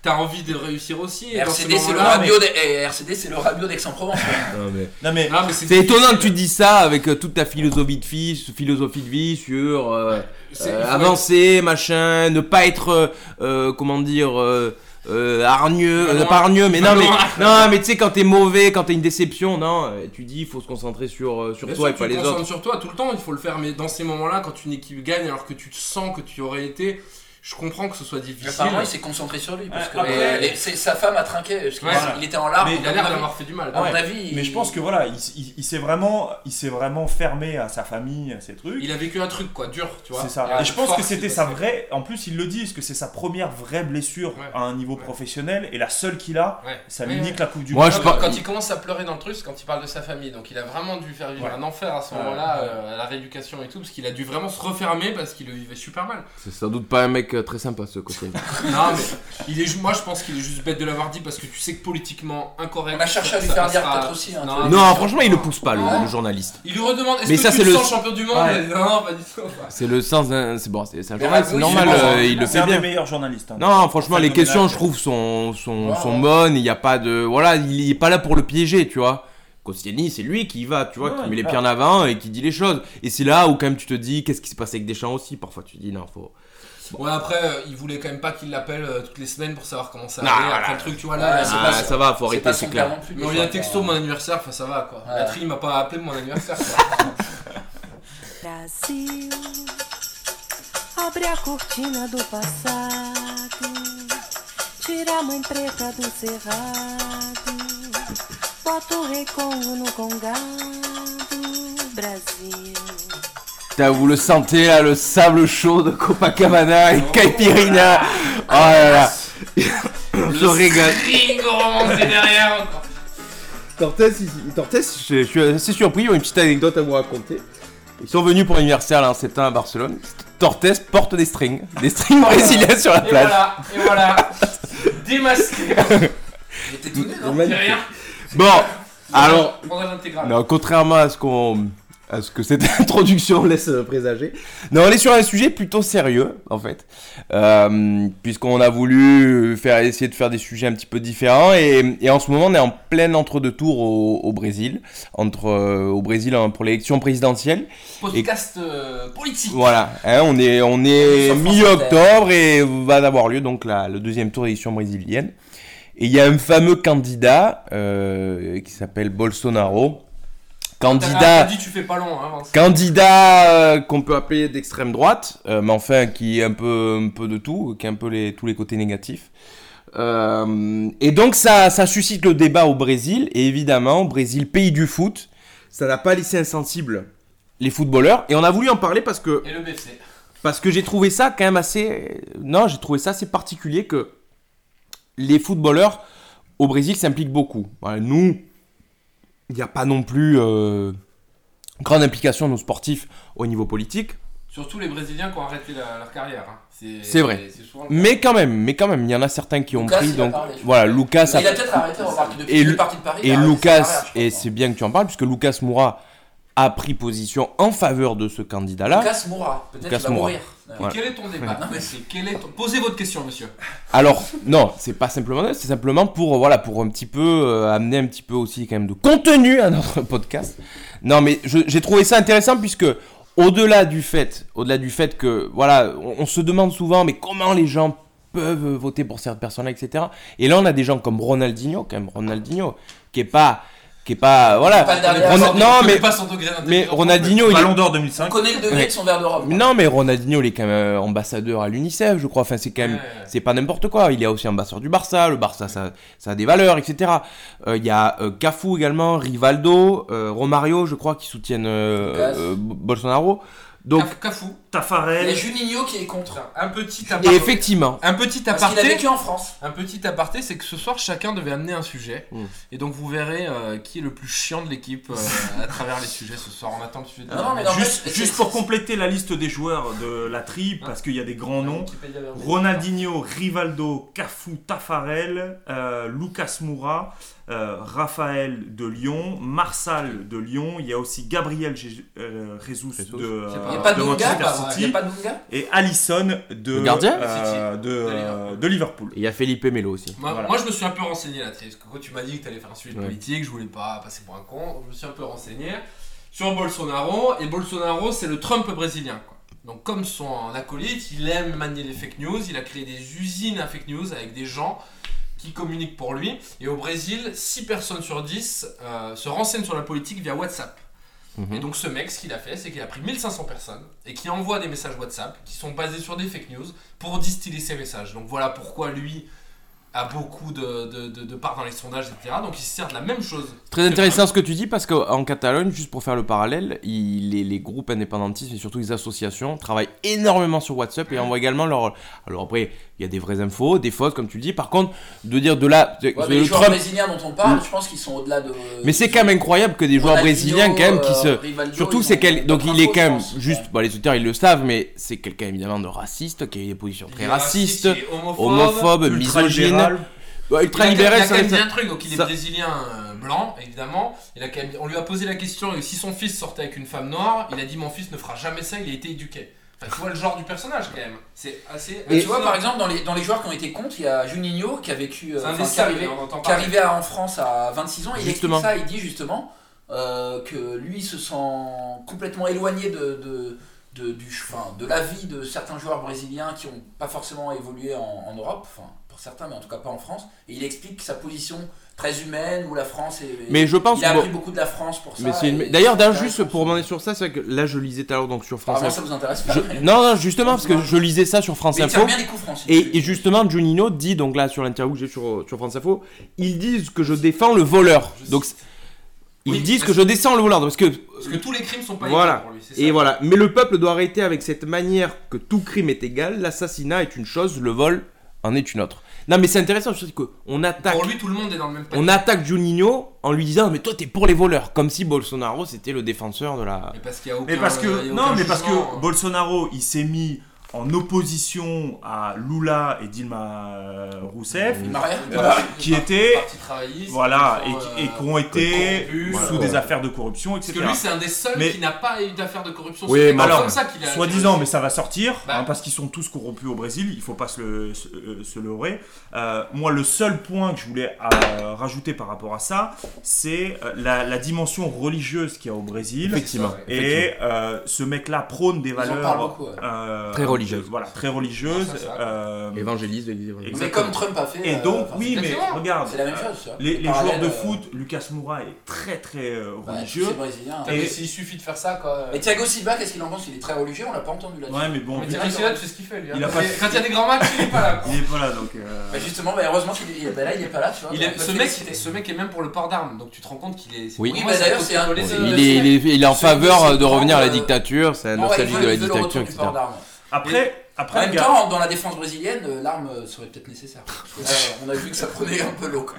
Speaker 1: t'as envie de réussir aussi. et dans ces
Speaker 4: RCD c'est le
Speaker 1: moments-là,
Speaker 4: Rabiot d'Aix- eh, RCD c'est le Rabiot d'Aix-en-Provence.
Speaker 3: Non mais
Speaker 1: Ah, mais
Speaker 2: C'est étonnant que tu dises ça avec euh, toute ta philosophie de vie, philosophie de vie sur euh,
Speaker 1: C'est- il
Speaker 2: euh,
Speaker 1: faut être-
Speaker 2: avancer, machin, ne pas être euh, euh, comment dire euh, euh, hargneux,
Speaker 1: Pas
Speaker 2: euh,
Speaker 1: loin.
Speaker 2: pas hargneux, mais
Speaker 1: Pas
Speaker 2: non mais
Speaker 1: loin.
Speaker 2: non mais tu sais quand t'es mauvais, quand t'es une déception, non, euh, tu dis il faut se concentrer sur euh, sur
Speaker 1: Bien
Speaker 2: toi
Speaker 1: sûr,
Speaker 2: et pas
Speaker 1: tu
Speaker 2: les
Speaker 1: te
Speaker 2: autres.
Speaker 1: concentres sur toi tout le temps, il faut le faire, mais dans ces moments-là, quand une équipe gagne alors que tu te sens que tu aurais été, je comprends que ce soit difficile.
Speaker 4: Apparemment il s'est concentré sur lui parce que
Speaker 3: Ouais,
Speaker 1: après-
Speaker 4: euh, les- c'est- sa femme a trinqué parce qu'il
Speaker 1: Ouais.
Speaker 4: il était en larmes.
Speaker 1: Mais il a l'air
Speaker 4: à mon avis-
Speaker 1: d'avoir fait du mal.
Speaker 4: à mon
Speaker 3: Ouais.
Speaker 4: avis.
Speaker 3: mais je pense que voilà, il, s- il- il s'est vraiment, il s'est vraiment fermé à sa famille, à ses trucs.
Speaker 1: Il a vécu un truc, quoi, dur, tu vois.
Speaker 3: C'est
Speaker 1: Et à
Speaker 3: ça. Et je pense
Speaker 1: force,
Speaker 3: que c'était
Speaker 1: il
Speaker 3: sa
Speaker 1: passe-
Speaker 3: vraie. En plus, il le dit, parce que c'est sa première vraie blessure
Speaker 1: Ouais.
Speaker 3: à un niveau
Speaker 1: Ouais.
Speaker 3: professionnel et la seule qu'il a.
Speaker 1: Ouais.
Speaker 3: Ça
Speaker 1: Ouais,
Speaker 3: lui
Speaker 1: ouais.
Speaker 3: nique la Coupe du
Speaker 2: Moi,
Speaker 3: Monde.
Speaker 2: Ah,
Speaker 1: Non,
Speaker 2: je par-
Speaker 1: mais Quand il commence à pleurer dans le truc, c'est quand il parle de sa famille. Donc il a vraiment dû faire vivre
Speaker 3: Ouais.
Speaker 1: un enfer à ce
Speaker 3: Ouais.
Speaker 1: moment-là, euh, à la rééducation et tout, parce qu'il a dû vraiment se refermer parce qu'il le vivait super mal.
Speaker 2: C'est sans doute pas un mec euh, très sympa ce côté.
Speaker 1: non, mais il est, ju- moi je pense qu'il est juste bête de l'avoir dit parce que tu sais que politiquement incorrect.
Speaker 4: on a cherché à lui
Speaker 1: ça
Speaker 4: faire dire
Speaker 1: passera-
Speaker 4: peut-être aussi. hein,
Speaker 1: Non,
Speaker 4: tu vois.
Speaker 2: non, franchement, il le pousse pas le, le journaliste.
Speaker 1: Il lui redemande est-ce
Speaker 2: Mais
Speaker 1: que
Speaker 2: ça,
Speaker 1: tu
Speaker 2: c'est
Speaker 1: te
Speaker 2: le-
Speaker 1: sens champion du monde
Speaker 3: Ouais.
Speaker 1: Non, pas du tout.
Speaker 2: C'est le sens d'un. C'est bon, c'est c'est un
Speaker 4: Mais
Speaker 2: journal,
Speaker 4: Rabiot,
Speaker 2: c'est
Speaker 4: il
Speaker 2: normal,
Speaker 4: est bon,
Speaker 2: euh,
Speaker 4: hein.
Speaker 2: il le
Speaker 3: C'est
Speaker 2: fait
Speaker 3: un des
Speaker 2: bien.
Speaker 3: meilleurs journalistes. hein.
Speaker 2: Non, franchement, les
Speaker 3: Phénoménal,
Speaker 2: questions, je
Speaker 3: quoi.
Speaker 2: trouve, sont, sont,
Speaker 4: Ouais,
Speaker 2: sont
Speaker 4: ouais.
Speaker 2: bonnes. Il n'y a pas de. Voilà, il est pas là pour le piéger, tu vois. Koscielny, c'est lui qui y va, tu vois,
Speaker 3: Ouais,
Speaker 2: qui
Speaker 3: il
Speaker 2: met les
Speaker 3: va.
Speaker 2: pieds en avant et qui dit les choses. Et c'est là où quand même tu te dis qu'est-ce qui s'est passé avec Deschamps aussi. Parfois tu dis non, faut.
Speaker 1: Ouais, après, euh, il voulait quand même pas qu'il l'appelle euh, toutes les semaines pour savoir comment ça
Speaker 2: Non,
Speaker 1: allait.
Speaker 2: voilà.
Speaker 1: Après le truc, tu vois,
Speaker 4: Ouais,
Speaker 1: là, il a-
Speaker 4: c'est
Speaker 2: Ah,
Speaker 4: pas son-
Speaker 2: ça va, faut
Speaker 4: c'est
Speaker 2: arrêter,
Speaker 4: pas
Speaker 2: c'est
Speaker 4: son
Speaker 2: clair.
Speaker 4: talent plus,
Speaker 1: Mais on
Speaker 4: je
Speaker 1: y a un
Speaker 4: vois
Speaker 1: texto
Speaker 4: pas.
Speaker 1: mon anniversaire, enfin ça va quoi.
Speaker 4: Ouais.
Speaker 1: La tri m'a pas appelé pour mon anniversaire. quoi.
Speaker 7: Brasil, abre a cortina do passado, tira a mãe preta do cerrado, bota o recongo no congado, Brasil.
Speaker 2: Putain, vous le sentez là, le sable chaud de Copacabana et Caipirinha. Oh là là. Je rigole.
Speaker 1: Rigorant, c'est derrière.
Speaker 2: Tortès, il- Tortès, je, je suis assez surpris, ils ont une petite anecdote à vous raconter. Ils sont venus pour l'anniversaire là, en septembre à Barcelone. Tortès porte des strings, des strings brésiliens sur la
Speaker 1: Et
Speaker 2: plage.
Speaker 1: voilà, et voilà. Démasqué.
Speaker 4: J'étais tout nu, non
Speaker 2: Magnifique.
Speaker 1: Derrière.
Speaker 2: Bon, Ah, alors,
Speaker 1: Montage intégral.
Speaker 2: non, contrairement à ce qu'on, à ce que cette introduction laisse présager, non, on est sur un sujet plutôt sérieux en fait, Euh, puisqu'on a voulu faire essayer de faire des sujets un petit peu différents et, et en ce moment on est en plein entre-deux tours au, au Brésil, entre euh, au Brésil hein, pour l'élection présidentielle.
Speaker 1: Podcast euh, politique.
Speaker 2: Voilà, hein, on est, on est
Speaker 4: Sur France
Speaker 2: mi-octobre et va avoir lieu donc la, le deuxième tour d'élection brésilienne. Et il y a un fameux candidat euh, qui s'appelle Bolsonaro.
Speaker 1: T'as
Speaker 2: Candidat,
Speaker 4: Ah,
Speaker 1: dit tu fais pas long, hein. Vincent.
Speaker 2: candidat euh, qu'on peut appeler d'extrême droite, euh, mais enfin qui est un peu, un peu de tout, qui a un peu les, tous les côtés négatifs. Euh, et donc ça, ça suscite le débat au Brésil, et évidemment, Brésil, pays du foot, ça n'a pas laissé insensible les footballeurs, et on a voulu en parler parce que
Speaker 1: Et le BFC.
Speaker 2: parce que j'ai trouvé ça quand même assez. Non, j'ai trouvé ça assez particulier que les footballeurs au Brésil s'impliquent beaucoup. Voilà, nous, il n'y a pas non plus euh, grande implication de nos sportifs au niveau politique.
Speaker 1: Surtout les Brésiliens qui ont arrêté la- leur carrière. hein.
Speaker 2: C'est vrai.
Speaker 1: C'est souvent le cas.
Speaker 2: Mais quand même, mais quand même, il y en a certains qui ont
Speaker 4: Lucas,
Speaker 2: pris.
Speaker 4: il a
Speaker 2: Donc
Speaker 4: parlé, je
Speaker 2: voilà,
Speaker 4: crois.
Speaker 2: Lucas
Speaker 4: Mais Il a
Speaker 2: a-
Speaker 4: peut-être arrêté, remarque, depuis
Speaker 2: Et
Speaker 4: qu'il est
Speaker 2: Lu-
Speaker 4: parti de Paris. il
Speaker 2: et
Speaker 4: a arrêté
Speaker 2: Lucas,
Speaker 4: sa carrière, je
Speaker 2: et
Speaker 4: crois.
Speaker 2: c'est bien que tu en parles puisque Lucas Moura a pris position en faveur de ce candidat-là.
Speaker 4: Lucas mourra, peut-être
Speaker 2: Lucas
Speaker 4: qu'il va
Speaker 2: mourra.
Speaker 4: mourir.
Speaker 1: Mais Quel est ton débat
Speaker 4: Ouais.
Speaker 1: Non, mais c'est quel est ton- Posez votre question, monsieur.
Speaker 2: Alors non, c'est pas simplement ça, c'est simplement pour euh, voilà pour un petit peu euh, amener un petit peu aussi quand même de contenu à notre podcast. Non mais je- j'ai trouvé ça intéressant puisque au-delà du fait, au-delà du fait que voilà, on, on se demande souvent mais comment les gens peuvent euh, voter pour certaines personnes etc. Et là on a des gens comme Ronaldinho quand même Ronaldinho qui est pas qui est pas voilà.
Speaker 4: Pas le dernier à
Speaker 2: Ron-
Speaker 4: sortir.
Speaker 2: non
Speaker 1: Je connais
Speaker 2: mais
Speaker 1: pas son degré
Speaker 2: mais
Speaker 1: d'intelligence.
Speaker 2: Ronaldinho il est-
Speaker 3: Ballon d'or
Speaker 4: On
Speaker 3: 2005.
Speaker 4: connaît le degré
Speaker 2: Ouais.
Speaker 4: de son verre de rhum.
Speaker 2: mais non mais Ronaldinho il est quand même euh, ambassadeur à l'UNICEF je crois enfin c'est quand même
Speaker 1: Ouais.
Speaker 2: c'est pas n'importe quoi. Il est aussi ambassadeur du Barça. Le Barça, ça, ça a des valeurs, etc. Euh, Il y a euh, Cafu également, Rivaldo, euh, Romario, je crois, qui soutiennent euh,
Speaker 4: Lucas.
Speaker 2: euh, B- Bolsonaro. Donc,
Speaker 1: Caf- Cafou.
Speaker 4: Il y a
Speaker 3: Tafarel.
Speaker 4: Juninho qui est contre.
Speaker 1: Un petit
Speaker 2: et
Speaker 1: aparté.
Speaker 2: effectivement,
Speaker 1: Un petit
Speaker 4: Parce qu'il a
Speaker 1: aparté.
Speaker 4: vécu en France.
Speaker 1: Un petit aparté, c'est que ce soir, chacun devait amener un sujet.
Speaker 2: Mm.
Speaker 1: Et donc, vous verrez euh, qui est le plus chiant de l'équipe euh, à travers les sujets ce soir. On attend le sujet de
Speaker 4: Non, non, mais non,
Speaker 3: Juste,
Speaker 4: mais-
Speaker 3: juste pour compléter la liste des joueurs de la tri, parce qu'il y a des grands noms. Ronaldinho, Rivaldo, Cafu, Tafarel, euh, Lucas Moura, euh, Raphaël de Lyon, Marsal de Lyon, il y a aussi Gabriel Jésus- euh, Jesus
Speaker 2: Jesus.
Speaker 3: de, euh,
Speaker 1: C'est pas-
Speaker 4: Il n'y a pas de
Speaker 3: de
Speaker 4: Dunga,
Speaker 3: Manchester
Speaker 4: bah, il n'y
Speaker 3: City
Speaker 4: a pas de Dunga.
Speaker 3: et Allison de,
Speaker 2: Le gardien
Speaker 3: euh, de, euh, de Liverpool.
Speaker 2: il y a Felipe Melo aussi.
Speaker 1: Moi,
Speaker 3: Voilà.
Speaker 1: moi, je me suis un peu renseigné là-dessus. Parce que quand tu m'as dit que tu allais faire un sujet de
Speaker 2: Ouais.
Speaker 1: politique, je voulais pas passer pour un con. Je me suis un peu renseigné sur Bolsonaro. Et Bolsonaro, c'est le Trump brésilien. quoi. Donc, comme son acolyte, il aime manier les fake news. Il a créé des usines à fake news avec des gens qui communiquent pour lui. Et au Brésil, 6 personnes sur 10 euh, se renseignent sur la politique via WhatsApp.
Speaker 2: Mhm.
Speaker 1: Et donc ce mec, ce qu'il a fait, c'est qu'il a pris 1500 personnes et qui envoie des messages WhatsApp qui sont basés sur des fake news pour distiller ses messages. Donc voilà pourquoi lui a beaucoup de, de, de- de part dans les sondages, etc. Donc il se sert de la même chose.
Speaker 2: Très intéressant ce que tu dis parce qu'en Catalogne, juste pour faire le parallèle, il- les, les groupes indépendantistes et surtout les associations travaillent énormément sur WhatsApp et envoient également leur. Alors après, il y a des vraies infos, des fausses comme tu dis. Par contre, de dire de là, de-
Speaker 4: Ouais,
Speaker 2: de-
Speaker 4: mais les
Speaker 2: le
Speaker 4: joueurs
Speaker 2: Trump- Mm.
Speaker 4: brésiliens dont on parle, je pense qu'ils sont au-delà de.
Speaker 2: Euh, Mais c'est quand même incroyable que des joueurs brésiliens quand même qui se
Speaker 4: euh,
Speaker 2: Surtout, c'est quel... donc il est quand même
Speaker 4: hein.
Speaker 2: juste. Bon, les auditeurs ils le savent, mais c'est quelqu'un évidemment de raciste qui a eu des positions très
Speaker 1: Il est
Speaker 2: racistes,
Speaker 1: raciste, il est homophobe.
Speaker 2: homophobes, misogynes,
Speaker 3: Ultra-libéral.
Speaker 2: Ouais,
Speaker 1: Il a- il
Speaker 2: ultra-libéral.
Speaker 1: a quand
Speaker 2: ça
Speaker 1: même
Speaker 2: reste-
Speaker 1: dit un truc, donc il est
Speaker 2: ça-
Speaker 1: brésilien euh, blanc, évidemment. Il a quand euh, même- On lui a posé la question et si son fils sortait avec une femme noire, il a dit mon fils ne fera jamais ça, il a été éduqué. Enfin, tu vois le genre du personnage quand même. C'est assez.
Speaker 4: Mais tu vois,
Speaker 3: euh,
Speaker 4: par exemple, dans les, dans les joueurs qui ont été contre, il y a Juninho qui a vécu. euh,
Speaker 1: c'est un
Speaker 4: enfin,
Speaker 1: des hein.
Speaker 4: qui est
Speaker 1: sables,
Speaker 4: arrivé-
Speaker 1: on entend
Speaker 4: qui est
Speaker 1: parler.
Speaker 4: arrivé à- en France à 26 ans, il
Speaker 2: Justement.
Speaker 4: explique ça, il dit justement euh, que lui il se sent complètement éloigné de, de, de, du, ch- enfin, de la vie de certains joueurs brésiliens qui n'ont pas forcément évolué en, en Europe, enfin, pour certains, mais en tout cas pas en France. Et il explique sa position très humaine où la France est.
Speaker 2: Mais je pense
Speaker 4: il a
Speaker 2: que.
Speaker 4: appris
Speaker 2: bon,
Speaker 4: beaucoup de la France pour ça.
Speaker 2: mais c'est une-
Speaker 4: et-
Speaker 2: D'ailleurs, d'un
Speaker 4: c'est
Speaker 2: juste pour demander sur ça, c'est vrai que là je lisais tout à l'heure donc sur
Speaker 4: Ah,
Speaker 2: France
Speaker 4: moi,
Speaker 2: Info.
Speaker 4: ça vous intéresse pas.
Speaker 2: Je-
Speaker 4: mais-
Speaker 2: Non, non, justement, parce que je lisais ça sur France
Speaker 4: mais il
Speaker 2: Info.
Speaker 4: tire bien les coups francs. si tu
Speaker 2: Et,
Speaker 4: veux.
Speaker 2: et justement, Juninho dit, donc là, sur l'interview que j'ai sur, sur France Info, ils disent que je défends le voleur. Donc, c'est- ils
Speaker 1: Oui,
Speaker 2: disent
Speaker 1: parce-
Speaker 2: que je descends le voleur. Parce que,
Speaker 1: Parce que tous les crimes sont pas
Speaker 2: Voilà.
Speaker 1: égaux pour lui. c'est ça.
Speaker 2: et voilà. Mais le peuple doit arrêter avec cette manière que tout crime est égal. L'assassinat est une chose, le vol en est une autre. Non, mais c'est intéressant, je sais qu'on attaque,
Speaker 1: Pour lui, tout le monde est dans le même panier.
Speaker 2: on attaque Juninho en lui disant, mais toi, t'es pour les voleurs. Comme si Bolsonaro, c'était le défenseur de la.
Speaker 1: Mais parce qu'il y a aucun.
Speaker 3: Mais parce
Speaker 1: euh, il
Speaker 3: que
Speaker 1: y a
Speaker 3: non,
Speaker 1: aucun
Speaker 3: mais parce que
Speaker 1: jugement. hein.
Speaker 3: Bolsonaro, il s'est mis en opposition à Lula et Dilma euh, Rousseff,
Speaker 2: Mm.
Speaker 4: Il marre rien.
Speaker 3: qui étaient
Speaker 1: Parti travailliste.
Speaker 3: voilà
Speaker 1: qui sont,
Speaker 3: et, et
Speaker 1: euh,
Speaker 3: qui ont été
Speaker 1: corrompus,
Speaker 3: sous
Speaker 1: euh,
Speaker 3: des affaires de corruption,
Speaker 1: Parce que
Speaker 3: etc.
Speaker 1: lui, c'est un des seuls
Speaker 3: Mais-
Speaker 1: qui n'a pas eu d'affaire de corruption.
Speaker 2: Oui,
Speaker 1: C'est
Speaker 2: mais
Speaker 1: comme
Speaker 3: alors,
Speaker 1: ça qu'il a-
Speaker 3: Soi-disant, mais ça va sortir,
Speaker 1: Bah.
Speaker 3: hein, parce qu'ils sont tous corrompus au Brésil, il faut pas se le, se, euh, se leurrer. Euh, moi, le seul point que je voulais euh, rajouter par rapport à ça, c'est euh, la, la dimension religieuse qu'il y a au Brésil.
Speaker 2: Effectivement.
Speaker 3: Et euh, ce mec-là prône des
Speaker 4: Ils en parlent
Speaker 3: valeurs
Speaker 4: beaucoup. ouais.
Speaker 3: euh,
Speaker 2: Très religieuses.
Speaker 3: euh, voilà, très religieuses.
Speaker 1: Ah, ça, ça.
Speaker 3: euh,
Speaker 2: Évangélise, évangélise.
Speaker 4: Mais
Speaker 3: exactement.
Speaker 4: comme Trump a fait.
Speaker 3: Et
Speaker 4: euh,
Speaker 3: donc,
Speaker 4: enfin,
Speaker 3: oui, mais
Speaker 1: exactement.
Speaker 3: regarde,
Speaker 4: C'est la même chose, ça.
Speaker 3: les, les
Speaker 4: Parallèle,
Speaker 3: joueurs de
Speaker 4: euh, Bah,
Speaker 3: foot, Lucas Moura est très très euh,
Speaker 4: ouais,
Speaker 3: religieux.
Speaker 4: C'est brésilien.
Speaker 1: Putain, mais s'il suffit de faire ça, quoi.
Speaker 4: Et Thiago Silva, qu'est-ce qu'il en pense Il est très religieux, on l'a pas entendu là-dessus.
Speaker 3: Ouais, mais bon,
Speaker 1: Mais
Speaker 3: lui,
Speaker 1: Thierry Silade, c'est ce qu'il fait, lui. hein.
Speaker 3: Il a pas-
Speaker 1: Et Quand il y a des grands matchs, il est pas là. quoi.
Speaker 3: il est pas là donc. euh,
Speaker 4: Bah, justement, bah, heureusement qu'il est, bah, là, il est pas là, tu vois.
Speaker 1: Il
Speaker 4: donc
Speaker 1: est-
Speaker 4: on peut
Speaker 1: ce,
Speaker 4: le
Speaker 1: mec,
Speaker 4: féliciter.
Speaker 1: ce mec est même pour le port d'armes, donc tu te rends compte qu'il est.
Speaker 2: Oui.
Speaker 1: pour
Speaker 4: Oui,
Speaker 1: moi,
Speaker 4: bah,
Speaker 1: ça
Speaker 4: d'ailleurs,
Speaker 1: peut
Speaker 4: c'est un-
Speaker 1: coller,
Speaker 4: c'est-
Speaker 1: euh,
Speaker 2: Il est, il est- il est en
Speaker 4: Celui qui
Speaker 2: faveur
Speaker 4: se
Speaker 2: de revenir à la
Speaker 4: prend, euh,
Speaker 2: dictature, c'est un
Speaker 4: Bon, ouais, il
Speaker 2: nostalgique
Speaker 4: veut-
Speaker 2: de la
Speaker 4: il veut le retour
Speaker 2: dictature,
Speaker 4: du
Speaker 2: etc.
Speaker 4: port d'armes.
Speaker 3: Après,
Speaker 1: Ah,
Speaker 4: En
Speaker 3: après,
Speaker 4: même
Speaker 3: le gars-
Speaker 4: temps, dans la défense brésilienne, euh, l'arme euh, serait peut-être nécessaire. Parce que là, on a vu que ça prenait un peu l'eau. quoi.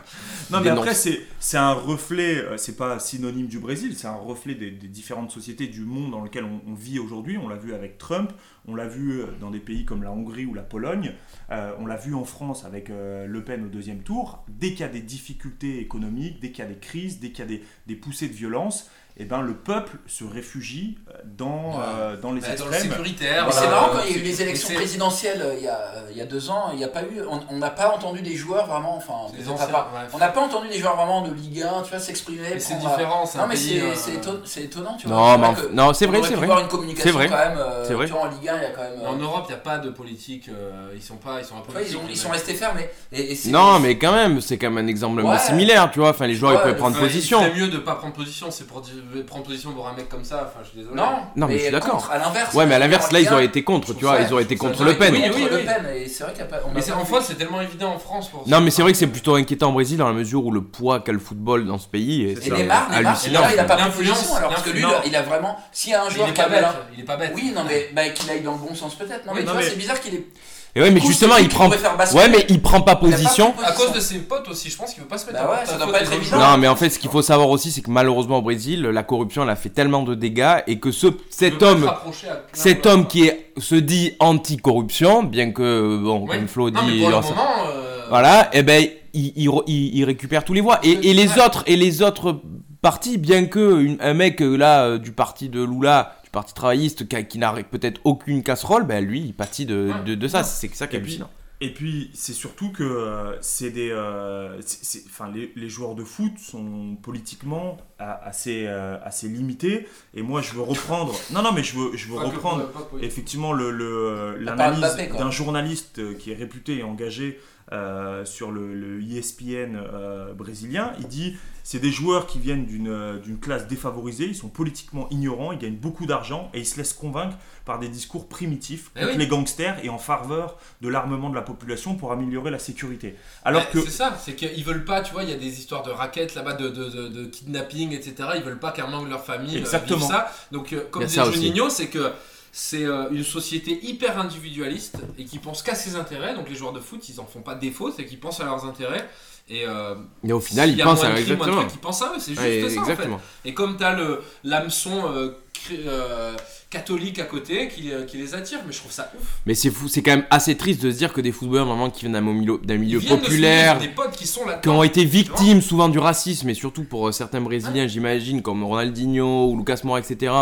Speaker 3: Non, mais
Speaker 2: Dénonce.
Speaker 3: après, c'est c'est un reflet, euh, c'est pas synonyme du Brésil, c'est un reflet des, des différentes sociétés du monde dans lequel on, on vit aujourd'hui. On l'a vu avec Trump, on l'a vu euh, dans des pays comme la Hongrie ou la Pologne, euh, on l'a vu en France avec euh, Le Pen au deuxième tour. Dès qu'il y a des difficultés économiques, dès qu'il y a des crises, dès qu'il y a des, des poussées de violence, eh ben, le peuple se réfugie euh, dans, euh, dans les
Speaker 1: bah, dans le
Speaker 3: extrêmes.
Speaker 1: sécuritaire.
Speaker 4: Mais
Speaker 1: voilà,
Speaker 4: c'est marrant, quand
Speaker 1: euh,
Speaker 4: il y a eu les
Speaker 1: c'est-
Speaker 4: élections
Speaker 1: c'est-
Speaker 4: présidentielles euh, il y, a, euh, il y a deux ans, il y a pas eu, on- on n'a pas entendu des joueurs vraiment, enfin,
Speaker 1: c'est
Speaker 4: peut-être
Speaker 1: les
Speaker 4: pas-
Speaker 1: anciens, ouais.
Speaker 4: on n'a pas entendu des joueurs vraiment de Ligue 1, tu vois, s'exprimer.
Speaker 1: Mais c'est
Speaker 4: prendre la-
Speaker 1: différent, c'est
Speaker 4: Non,
Speaker 1: un
Speaker 4: mais
Speaker 1: pays,
Speaker 4: c'est
Speaker 1: euh,
Speaker 4: c'est éton- c'est étonnant, tu vois.
Speaker 2: Non, mais
Speaker 4: Faudrait
Speaker 2: en-
Speaker 4: que-
Speaker 2: non, c'est vrai,
Speaker 4: on aurait
Speaker 2: c'est
Speaker 4: pu
Speaker 2: vrai.
Speaker 4: voir une communication
Speaker 2: C'est vrai.
Speaker 4: quand même. euh,
Speaker 2: C'est vrai.
Speaker 4: Tu vois, en Ligue 1, il y a quand même. euh,
Speaker 1: En Europe, il n'y a pas de politique. euh, ils sont pas, ils sont un
Speaker 4: tu
Speaker 1: peu.
Speaker 4: vois, ils, ont- ils sont restés fermés. Et, et c'est-
Speaker 2: Non, mais quand même, c'est quand même un exemple
Speaker 4: Ouais.
Speaker 2: similaire, tu vois. Enfin, les joueurs,
Speaker 4: Ouais,
Speaker 2: ils peuvent
Speaker 4: le
Speaker 2: prendre position.
Speaker 1: C'est mieux de pas prendre position. C'est pour dire- prendre position pour un mec comme ça. Enfin, je suis désolé.
Speaker 4: Non,
Speaker 2: Non, mais je suis d'accord.
Speaker 4: contre, À l'inverse.
Speaker 2: Ouais, mais à l'inverse, là, ils
Speaker 4: en
Speaker 2: auraient été contre, tu vois.
Speaker 4: Ouais,
Speaker 2: Ils auraient été
Speaker 4: je
Speaker 2: contre
Speaker 1: trouve
Speaker 2: Le
Speaker 1: ça-
Speaker 2: Pen.
Speaker 4: Oui,
Speaker 1: oui,
Speaker 4: oui,
Speaker 1: oui.
Speaker 4: Le Pen, et c'est vrai qu'il n'y a pas. on
Speaker 1: Mais
Speaker 4: a
Speaker 1: c'est-
Speaker 4: pas
Speaker 1: en
Speaker 4: vu.
Speaker 1: France, c'est tellement évident en France. Pour Ah,
Speaker 2: Non, mais c'est vrai que c'est plutôt inquiétant au Brésil dans la mesure où le poids qu'a le football dans ce pays est,
Speaker 4: Et
Speaker 2: c'est
Speaker 4: Neymar, Neymar,
Speaker 2: hallucinant.
Speaker 4: Neymar, il a pas pris
Speaker 1: L'influence,
Speaker 4: position alors parce que lui,
Speaker 3: l'influence.
Speaker 4: il a vraiment. S'il y a un
Speaker 1: Mais
Speaker 4: joueur
Speaker 1: il est
Speaker 4: qui a
Speaker 1: pas bête.
Speaker 4: mal.
Speaker 1: Il est pas bête.
Speaker 4: Oui, non, mais bah, qu'il aille dans le bon sens peut-être. Non,
Speaker 1: Oui,
Speaker 4: mais tu
Speaker 3: non,
Speaker 4: vois,
Speaker 3: mais-
Speaker 4: c'est bizarre qu'il ait.
Speaker 2: Et ouais, mais justement, il prend. Ouais, mais il prend pas position.
Speaker 1: À cause de ses potes aussi, je pense qu'il veut pas se mettre.
Speaker 4: Bah
Speaker 1: à-
Speaker 4: ouais,
Speaker 1: à
Speaker 4: ça
Speaker 1: faute
Speaker 4: doit pas
Speaker 1: des
Speaker 4: être
Speaker 1: autres
Speaker 4: évident.
Speaker 1: joueurs.
Speaker 2: Non, mais en fait, ce qu'il faut savoir aussi, c'est que malheureusement au Brésil, la corruption, elle a fait tellement de dégâts et que ce,
Speaker 1: Il
Speaker 2: cet
Speaker 1: veut pas se
Speaker 2: homme,
Speaker 1: rapprocher à plein
Speaker 2: cet
Speaker 1: de-
Speaker 2: homme qui est, se dit anti-corruption, bien que, bon,
Speaker 1: Oui.
Speaker 2: comme Flo dit,
Speaker 1: Non, mais pour le
Speaker 2: alors, ça-
Speaker 1: moment. euh,
Speaker 2: Voilà, et ben il, il, il- il récupère tous les voix. Et, et les autres et les autres partis, bien que une- un mec euh, là euh, du parti de Lula, du parti travailliste, qui, a- qui n'a peut-être aucune casserole, ben lui il pâtit de, de, de ça. C'est ça qui est
Speaker 3: Et puis-
Speaker 2: hallucinant.
Speaker 3: Et puis, c'est surtout que euh, c'est des, euh, c'est- c'est- enfin, les, les joueurs de foot sont politiquement a- assez, euh, assez limités. Et moi, je veux reprendre. Non, non, mais je veux, je veux
Speaker 1: pas que-
Speaker 3: reprendre
Speaker 1: pas que-
Speaker 3: effectivement le- le-
Speaker 4: parle
Speaker 3: l'analyse
Speaker 4: Mbappé, quoi.
Speaker 3: d'un journaliste euh, qui est réputé et engagé euh, sur le, le ESPN euh, brésilien. Il dit c'est des joueurs qui viennent d'une euh, d'une classe défavorisée, ils sont politiquement ignorants, ils gagnent beaucoup d'argent et ils se laissent convaincre par des discours primitifs
Speaker 1: Eh
Speaker 3: contre
Speaker 1: oui.
Speaker 3: les gangsters et en faveur de l'armement de la population pour améliorer la sécurité. Alors
Speaker 1: Ouais,
Speaker 3: que
Speaker 1: Eh, C'est ça, c'est qu'ils veulent pas, tu vois, il y a des histoires de raquettes là-bas, de, de, de, de kidnapping, etc. Ils veulent pas qu'un membre de leur famille euh,
Speaker 3: Exactement.
Speaker 1: vive ça. Donc, euh,
Speaker 2: Il
Speaker 1: comme
Speaker 2: y a
Speaker 1: disait
Speaker 2: ça aussi.
Speaker 1: Juninho, c'est que c'est euh, une société hyper individualiste et qui pense qu'à ses intérêts. Donc, les joueurs de foot, ils en font pas défaut, c'est qu'ils pensent à leurs intérêts. Et euh,
Speaker 2: Et au final,
Speaker 1: s'il
Speaker 2: il
Speaker 1: y a
Speaker 2: pense
Speaker 1: moins de
Speaker 2: à
Speaker 1: crimes, moins de
Speaker 2: exactement.
Speaker 1: trucs, Ils pensent à eux, c'est juste
Speaker 2: Ouais,
Speaker 1: ça. en fait.
Speaker 2: exactement.
Speaker 1: Et comme t'as le l'hameçon euh, cré- euh, catholique à côté qui, euh, qui les attire, mais je trouve ça ouf.
Speaker 2: Mais c'est fou, c'est quand même assez triste de se dire que des footballeurs normalement qui viennent d'un milieu, d'un
Speaker 1: Ils
Speaker 2: milieu
Speaker 1: viennent de se
Speaker 2: populaire,
Speaker 1: mettre des potes qui sont là.
Speaker 2: qui ont été victimes souvent du racisme, et surtout pour euh, certains Brésiliens, j'imagine, comme Ronaldinho ou Lucas Moura, etc.,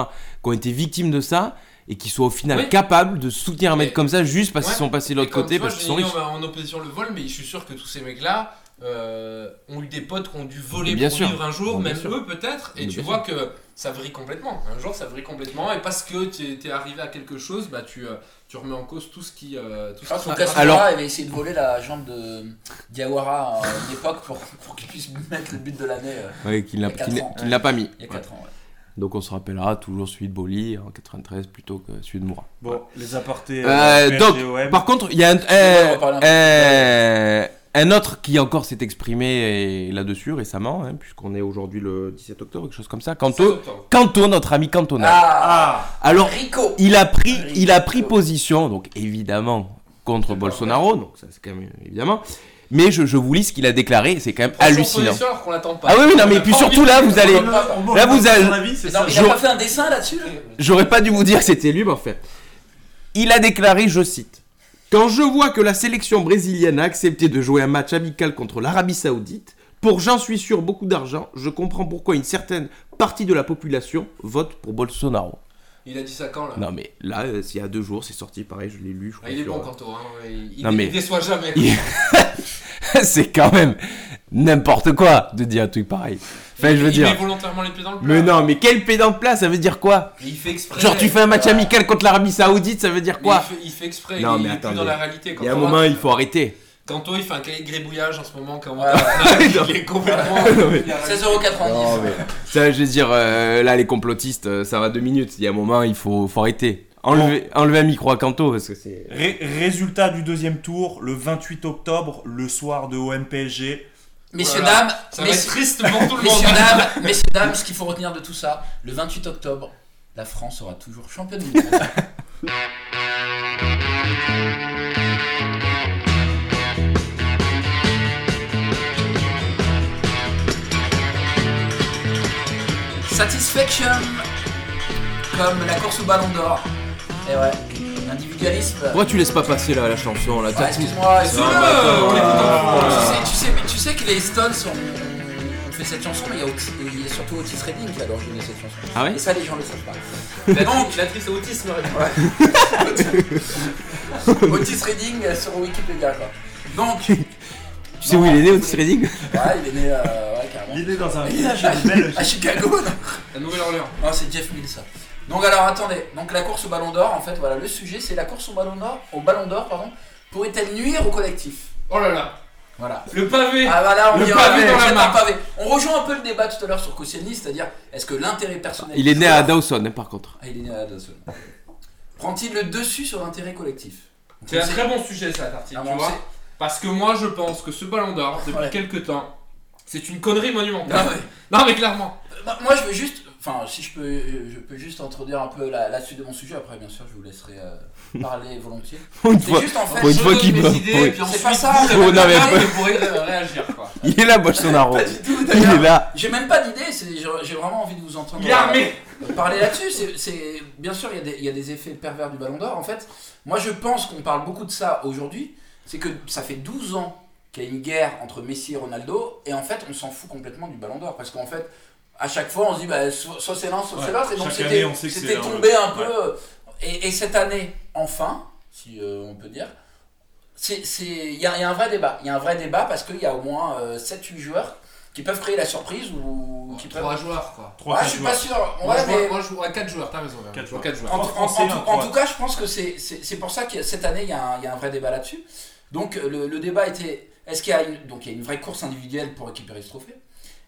Speaker 2: qui ont été victimes de ça, et qu'ils soient au final
Speaker 1: Oui.
Speaker 2: capables de soutenir un mec
Speaker 1: Et-
Speaker 2: comme ça juste parce
Speaker 1: Ouais.
Speaker 2: qu'ils sont passés de l'autre
Speaker 1: Comme
Speaker 2: côté,
Speaker 1: tu vois,
Speaker 2: parce qu'ils
Speaker 1: j'ai
Speaker 2: sont
Speaker 1: mis
Speaker 2: riches.
Speaker 1: en- en opposition le vol, mais je suis sûr que tous ces mecs-là euh, ont eu des potes qui ont dû voler
Speaker 2: Mais bien
Speaker 1: pour
Speaker 2: sûr.
Speaker 1: vivre un jour,
Speaker 2: Mais bien
Speaker 1: même
Speaker 2: sûr.
Speaker 1: eux peut-être, et
Speaker 2: Mais
Speaker 1: tu
Speaker 2: bien
Speaker 1: vois que ça vrille complètement. Un jour, ça vrille complètement, et parce que tu es, arrivé à quelque chose, bah tu, euh, tu remets en cause tout ce qui. euh, tout
Speaker 4: Je
Speaker 1: ce
Speaker 4: pense
Speaker 1: qui
Speaker 4: que
Speaker 2: Alors-
Speaker 4: Castora avait essayé de voler la jambe de Diawara euh, à l'époque pour, pour qu'il puisse mettre le but de l'année euh,
Speaker 2: Ouais, qu'il n'a
Speaker 4: Il y a
Speaker 2: qu'il
Speaker 4: quatre
Speaker 2: n'a-
Speaker 4: ans, hein.
Speaker 2: qu'il n'a pas mis.
Speaker 4: il y a
Speaker 2: Ouais.
Speaker 4: 4 ans. ouais.
Speaker 2: Donc on se rappellera toujours celui de Boli en 93 plutôt que celui de Moura.
Speaker 3: Bon, les apartés.
Speaker 2: Euh,
Speaker 3: PSG,
Speaker 2: donc,
Speaker 3: OM.
Speaker 2: Par contre, il y a un,
Speaker 4: on va
Speaker 2: euh,
Speaker 4: en reparler un
Speaker 2: euh, un autre qui encore s'est exprimé et- là-dessus récemment, hein, puisqu'on est aujourd'hui le 17 octobre, quelque chose comme ça. Canto, Canto notre ami Cantona.
Speaker 4: Ah,
Speaker 3: Ah
Speaker 2: Alors,
Speaker 4: Rico
Speaker 2: il a pris, il a pris
Speaker 4: Rico.
Speaker 2: position, donc évidemment contre Bolsonaro, donc ça c'est quand même évidemment. Mais je, je vous lis ce qu'il a déclaré, c'est quand même hallucinant.
Speaker 1: Position, alors qu'on l'attend pas.
Speaker 2: Ah oui, oui, non, mais puis surtout là, vous allez, là, vous allez-
Speaker 4: Mais non, mais il a
Speaker 2: Je-
Speaker 4: pas fait un dessin là-dessus là
Speaker 2: J'aurais pas dû vous dire que c'était lui, mais en fait. Il a déclaré, je cite, Quand je vois que la sélection brésilienne a accepté de jouer un match amical contre l'Arabie Saoudite, pour j'en suis sûr beaucoup d'argent, je comprends pourquoi une certaine partie de la population vote pour Bolsonaro.
Speaker 1: Il a dit ça quand là
Speaker 2: Non mais là, euh, il y a deux jours, c'est sorti, pareil, je l'ai lu. Je
Speaker 1: Ah,
Speaker 2: crois,
Speaker 1: Il est
Speaker 2: sur-
Speaker 1: bon, Kanto. Hein. Il, il
Speaker 2: Non, mais-
Speaker 1: déçoit jamais.
Speaker 2: Il- c'est quand même n'importe quoi de dire un truc pareil. Enfin, je veux
Speaker 1: il met
Speaker 2: dire.
Speaker 1: volontairement les pieds dans le plat.
Speaker 2: Mais non, mais quel pédant plat, ça veut dire quoi
Speaker 1: Mais il fait exprès.
Speaker 2: Genre, tu fais un match
Speaker 1: Ouais.
Speaker 2: amical contre l'Arabie Saoudite, ça veut dire
Speaker 1: Mais
Speaker 2: quoi
Speaker 1: il, fait, il fait exprès,
Speaker 2: Non,
Speaker 1: il
Speaker 2: mais
Speaker 1: est plus
Speaker 2: attendez.
Speaker 1: dans la réalité.
Speaker 2: Il y a un
Speaker 1: Kanto,
Speaker 2: moment,
Speaker 1: hein.
Speaker 2: il faut Ah, arrêter.
Speaker 1: Canto, il fait un cahier de grébouillage en ce moment. Comment
Speaker 4: Ouais.
Speaker 1: Il est complètement.
Speaker 2: Non, mais-
Speaker 4: 16,90€.
Speaker 2: Ça, je veux dire, euh, là, les complotistes, euh, ça va deux minutes. Il y a un moment, il faut, faut arrêter. Enlever, enlever un micro à Canto, parce que c'est.
Speaker 3: Ré- Résultat du deuxième tour, le 28 octobre, le soir de OM PSG.
Speaker 4: Messieurs,
Speaker 1: Voilà.
Speaker 4: dames,
Speaker 1: Ça va être
Speaker 4: messieurs,
Speaker 1: triste pour tout le monde.
Speaker 4: messieurs, dames, messieurs, dames, ce qu'il faut retenir de tout ça, le 28 octobre, la France sera toujours championne du monde. Satisfaction, comme la course au ballon d'or. Et ouais, l'individualisme.
Speaker 2: Pourquoi tu laisses pas passer la, la chanson là
Speaker 4: Ah,
Speaker 2: t'as-
Speaker 4: excuse-moi, excuse-moi.
Speaker 2: Non, mais attends,
Speaker 1: on l'écoute en
Speaker 4: Ah.
Speaker 1: fond,
Speaker 4: Tu sais, tu sais, mais tu sais que les Stones ont, ont fait cette chanson, mais il y a, Otis- il y a surtout Otis Redding qui a l'origine de cette chanson.
Speaker 2: Ah ouais
Speaker 4: Et ça, les gens le savent pas.
Speaker 1: La donc, l'actrice autisme.
Speaker 4: Otis Redding euh, sur Wikipédia, quoi. Donc,
Speaker 2: Tu sais où il est né, Otis Redding
Speaker 4: ouais, il est né, euh, ouais, carrément.
Speaker 3: Il est dans un village à Belle.
Speaker 4: À Chicago, non
Speaker 1: La Nouvelle-Orléans.
Speaker 4: Non, c'est Jeff Mills. ça. Donc alors attendez, donc la course au ballon d'or, en fait, voilà, le sujet c'est la course au ballon d'or, au ballon d'or, pardon, pourrait-elle nuire au collectif
Speaker 1: Oh là là.
Speaker 4: Voilà.
Speaker 1: Le pavé.
Speaker 4: Ah bah là, on
Speaker 1: Le
Speaker 4: y
Speaker 1: pavé
Speaker 4: est,
Speaker 1: dans la
Speaker 4: c'est un
Speaker 1: mare.
Speaker 4: pavé. On rejoint un peu le débat tout à l'heure sur Koscielny, c'est-à-dire est-ce que l'intérêt personnel.
Speaker 2: Il est
Speaker 4: du
Speaker 2: né
Speaker 4: joueur-
Speaker 2: à Dawson, hein, par contre.
Speaker 4: Ah, il est né à Dawson. Prend-il le dessus sur l'intérêt collectif
Speaker 1: C'est un très bon sujet, ça, Tartine.
Speaker 4: Ah,
Speaker 1: tu
Speaker 4: on
Speaker 1: vois
Speaker 4: sait.
Speaker 1: Parce que moi, je pense que ce ballon d'or, depuis
Speaker 4: Ouais.
Speaker 1: quelques temps, c'est une connerie
Speaker 4: Non,
Speaker 1: monumentale.
Speaker 2: Ah,
Speaker 4: mais-
Speaker 1: Non, mais clairement.
Speaker 4: Ah Bah, moi, je veux juste, enfin, si je peux, euh, je peux juste introduire un peu la, la suite de mon sujet. Après, bien sûr, je vous laisserai euh, parler volontiers.
Speaker 2: Une
Speaker 4: C'est
Speaker 2: fois.
Speaker 4: juste en fait.
Speaker 2: Pour une
Speaker 1: Je
Speaker 2: fois
Speaker 1: donne
Speaker 2: qu'il
Speaker 1: mes
Speaker 2: peut-
Speaker 1: idées,
Speaker 2: oui.
Speaker 1: et puis
Speaker 4: C'est
Speaker 1: ensuite,
Speaker 4: pas ça.
Speaker 1: vous,
Speaker 2: Oh, non, mais-
Speaker 1: vous pourrez ré- réagir, quoi.
Speaker 2: Il est là, Bolsonaro.
Speaker 4: Pas du tout,
Speaker 2: Il
Speaker 4: d'ailleurs.
Speaker 2: est là.
Speaker 4: J'ai même pas d'idée. c'est- J'ai j'ai vraiment envie de vous entendre.
Speaker 1: Il est armé.
Speaker 4: Euh, parler là-dessus, c'est- c'est bien sûr il y, a des- il y a des effets pervers du Ballon d'Or. En fait, moi je pense qu'on parle beaucoup de ça aujourd'hui. C'est que ça fait 12 ans qu'il y a une guerre entre Messi et Ronaldo, et en fait on s'en fout complètement du Ballon d'or parce qu'en fait à chaque fois on se dit bah, so- soit c'est l'un, soit
Speaker 3: Ouais,
Speaker 4: c'est l'autre, et donc
Speaker 3: chaque
Speaker 4: c'était
Speaker 3: année, on sait que
Speaker 4: c'était
Speaker 3: c'est l'un,
Speaker 4: tombé
Speaker 3: l'autre.
Speaker 4: un peu. Et, et cette année, enfin, si euh, on peut dire. c'est- c'est- Il y, a il y a un vrai débat. Il y a un vrai débat parce qu'il y a au moins 7-8 joueurs qui peuvent créer la surprise ou qui peuvent.
Speaker 1: Trois joueurs, quoi.
Speaker 3: Trois
Speaker 4: Ah,
Speaker 3: quatre
Speaker 4: je suis
Speaker 3: joueurs.
Speaker 4: pas sûr.
Speaker 1: Moi,
Speaker 4: Ouais,
Speaker 1: je vois-
Speaker 4: mais
Speaker 1: moi, je vois 4 joueurs, t'as raison. Léon.
Speaker 3: Quatre
Speaker 1: Je vois
Speaker 3: joueurs.
Speaker 1: quatre joueurs.
Speaker 4: en,
Speaker 3: Trois
Speaker 4: en-
Speaker 3: Français,
Speaker 4: en
Speaker 1: hein,
Speaker 4: tout-
Speaker 3: un
Speaker 4: en
Speaker 3: Croate.
Speaker 4: tout cas, je pense que c'est- c'est c'est pour ça que cette année, il y, a un- il y a un vrai débat là-dessus. Donc, euh, le, le débat était est-ce qu'il y, a une- donc, il y a une vraie course individuelle pour récupérer ce trophée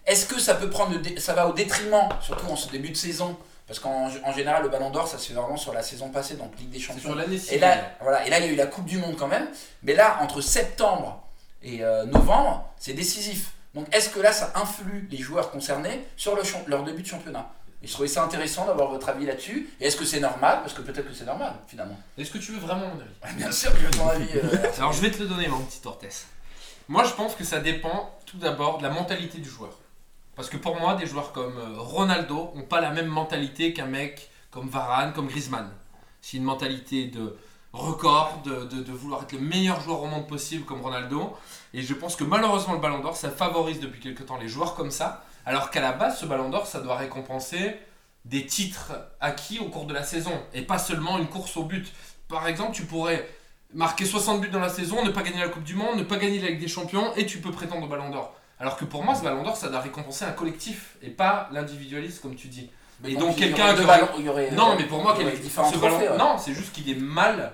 Speaker 4: Est-ce que ça peut prendre le dé- ça va au détriment, surtout en ce début de saison Parce qu'en en général, le ballon d'or, ça se fait vraiment sur la saison passée, donc Ligue des
Speaker 1: C'est
Speaker 4: Champions.
Speaker 1: sur l'année
Speaker 4: Et
Speaker 1: civile.
Speaker 4: là, voilà, et là, il y a eu la Coupe du Monde quand même. Mais là, entre septembre et euh, novembre, c'est décisif. Donc, est-ce que là, ça influe les joueurs concernés sur le champ- leur début de championnat Et je trouvais ça intéressant d'avoir votre avis là-dessus. Et est-ce que c'est normal Parce que peut-être que c'est normal, finalement.
Speaker 1: Est-ce que tu veux vraiment mon avis
Speaker 4: Bien sûr que je veux ton avis. euh,
Speaker 1: Alors je vais te le donner, mon petit Ortès. Moi, je pense que ça dépend tout d'abord de la mentalité du joueur. Parce que pour moi, des joueurs comme euh, Ronaldo n'ont pas la même mentalité qu'un mec comme Varane, comme Griezmann. C'est une mentalité de record, de, de- de vouloir être le meilleur joueur au monde possible comme Ronaldo. Et je pense que malheureusement, le Ballon d'Or, ça favorise depuis quelque temps les joueurs comme ça. Alors qu'à la base, ce Ballon d'Or, ça doit récompenser des titres acquis au cours de la saison et pas seulement une course au but. Par exemple, tu pourrais marquer 60 buts dans la saison, ne pas gagner la Coupe du Monde, ne pas gagner la Ligue des Champions et tu peux prétendre au Ballon d'Or. Alors que pour moi, ce Ballon d'Or, ça doit récompenser un collectif et pas l'individualiste comme tu dis.
Speaker 4: Mais
Speaker 1: Et
Speaker 4: bon,
Speaker 1: donc,
Speaker 4: il y aurait
Speaker 1: quelqu'un
Speaker 4: deux
Speaker 1: qui-
Speaker 4: ballons, il y aurait- euh,
Speaker 1: Non, mais pour moi,
Speaker 4: il y
Speaker 1: quel
Speaker 4: aurait différents
Speaker 1: ce ballon-
Speaker 4: trophées, ouais.
Speaker 1: Non, c'est juste qu'il est mal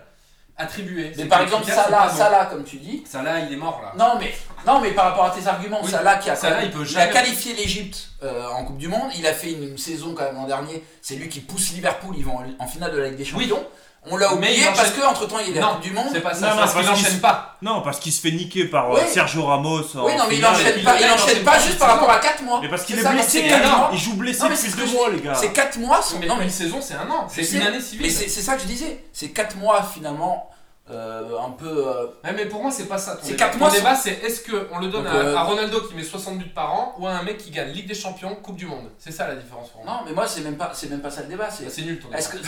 Speaker 1: attribué.
Speaker 4: Mais
Speaker 1: C'est
Speaker 4: par
Speaker 1: que
Speaker 4: exemple,
Speaker 1: les critères sont pas
Speaker 4: Salah,
Speaker 1: bons.
Speaker 4: Salah, comme tu dis.
Speaker 1: Salah, il est mort là.
Speaker 4: Non, mais non, mais par rapport à tes arguments,
Speaker 1: Oui.
Speaker 4: Salah qui a,
Speaker 1: Salah, il peut jamais-
Speaker 4: a qualifié l'Égypte euh, en Coupe du Monde. Il a fait une saison quand même l'an dernier. C'est lui qui pousse Liverpool. Ils vont en, en finale de la Ligue des
Speaker 1: Oui.
Speaker 4: Champions. On l'a
Speaker 1: Mais
Speaker 4: oublié
Speaker 1: il enchaîne-
Speaker 4: parce que entre temps il est
Speaker 1: Non,
Speaker 4: la Coupe du Monde.
Speaker 1: C'est pas
Speaker 3: Non,
Speaker 1: ça,
Speaker 3: non,
Speaker 1: c'est parce qu'il
Speaker 3: parce qu'il
Speaker 1: n'enchaîne
Speaker 3: se-
Speaker 1: pas.
Speaker 3: Non, parce qu'il se fait niquer par euh,
Speaker 4: Ouais.
Speaker 3: Sergio Ramos. en
Speaker 4: Oui, non, mais il
Speaker 3: finale.
Speaker 4: enchaîne
Speaker 1: il
Speaker 4: pas.
Speaker 1: est
Speaker 4: Il
Speaker 1: là,
Speaker 4: enchaîne
Speaker 1: il
Speaker 4: pas
Speaker 1: enchaîne
Speaker 4: juste
Speaker 1: pas.
Speaker 4: par rapport à 4 mois.
Speaker 3: Mais parce qu'il
Speaker 4: C'est
Speaker 3: est
Speaker 4: ça, mais
Speaker 3: blessé,
Speaker 4: c'est quatre
Speaker 3: alors,
Speaker 4: mois.
Speaker 3: il joue blessé
Speaker 4: Non, mais
Speaker 3: depuis
Speaker 4: c'est ce que
Speaker 3: deux
Speaker 4: je
Speaker 3: mois, les gars.
Speaker 4: C'est 4 mois. sans-
Speaker 1: Mais
Speaker 4: Non, mais
Speaker 1: une saison, c'est un an. C'est
Speaker 4: Je
Speaker 1: une
Speaker 4: sais,
Speaker 1: année civile.
Speaker 4: Mais c'est c'est ça que je disais. C'est 4 mois finalement euh, un peu. euh,
Speaker 1: Ouais, mais pour moi, c'est pas ça. Ton
Speaker 4: C'est
Speaker 1: débat,
Speaker 4: quatre
Speaker 1: Ton
Speaker 4: mois,
Speaker 1: débat, c'est est-ce qu'on le donne
Speaker 4: Donc,
Speaker 1: à,
Speaker 4: euh,
Speaker 1: à Ronaldo qui met 60 buts par an ou à un mec qui gagne Ligue des Champions, Coupe du Monde C'est ça la différence pour moi.
Speaker 4: Non, mais moi c'est même pas c'est même pas ça le débat. C'est
Speaker 1: Bah, c'est nul ton débat.
Speaker 4: Est-ce que,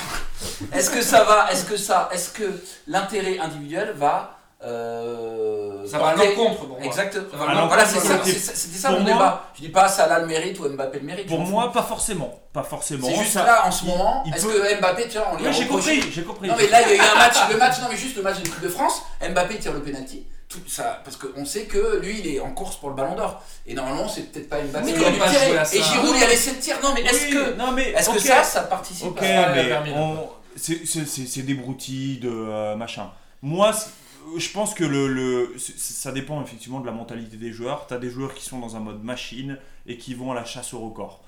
Speaker 4: est-ce que ça va Est-ce que ça Est-ce que l'intérêt individuel va euh,
Speaker 1: Ça va à
Speaker 4: porter-
Speaker 1: l'encontre pour moi.
Speaker 4: Exact.
Speaker 1: va à
Speaker 4: Voilà,
Speaker 3: l'encontre
Speaker 4: voilà, c'est
Speaker 3: de
Speaker 4: ça.
Speaker 3: l'objectif.
Speaker 4: c'est- C'était ça
Speaker 3: Pour
Speaker 4: mon
Speaker 3: moi-
Speaker 4: débat. Je dis pas Salah le mérite ou Mbappé le mérite.
Speaker 3: Pour
Speaker 4: je m'en
Speaker 3: moi, pas forcément. Pas forcément.
Speaker 4: fous. c'est juste
Speaker 3: Ça-
Speaker 4: là en ce
Speaker 3: il-
Speaker 4: moment.
Speaker 3: il
Speaker 4: Est-ce
Speaker 3: peut-
Speaker 4: que Mbappé tiens, on lui a
Speaker 3: Oui, j'ai
Speaker 4: reproché-
Speaker 3: compris, j'ai compris.
Speaker 4: Non mais là il y a eu un match, le match, non mais juste le match de l'équipe de France. Mbappé tire le penalty. Tout ça, parce qu'on sait que lui il est en course pour le ballon d'or. Et normalement c'est peut-être pas Mbappé
Speaker 1: Mais
Speaker 4: qui aurait
Speaker 1: il
Speaker 4: dû
Speaker 1: va
Speaker 4: tirer.
Speaker 1: jouer à ça.
Speaker 4: Et Giroud il a laissé le tir. Non mais est-ce
Speaker 3: Oui,
Speaker 4: que,
Speaker 3: non, mais,
Speaker 4: est-ce que
Speaker 3: ok.
Speaker 4: ça, ça participe
Speaker 3: Ok,
Speaker 4: à-
Speaker 3: mais
Speaker 1: permis,
Speaker 3: on- c'est- c'est c'est- c'est des broutilles de euh, machin. Moi, c'est- euh, je pense que le, le- c'est- ça dépend effectivement de la mentalité des joueurs. T'as des joueurs qui sont dans un mode machine et qui vont à la chasse au record.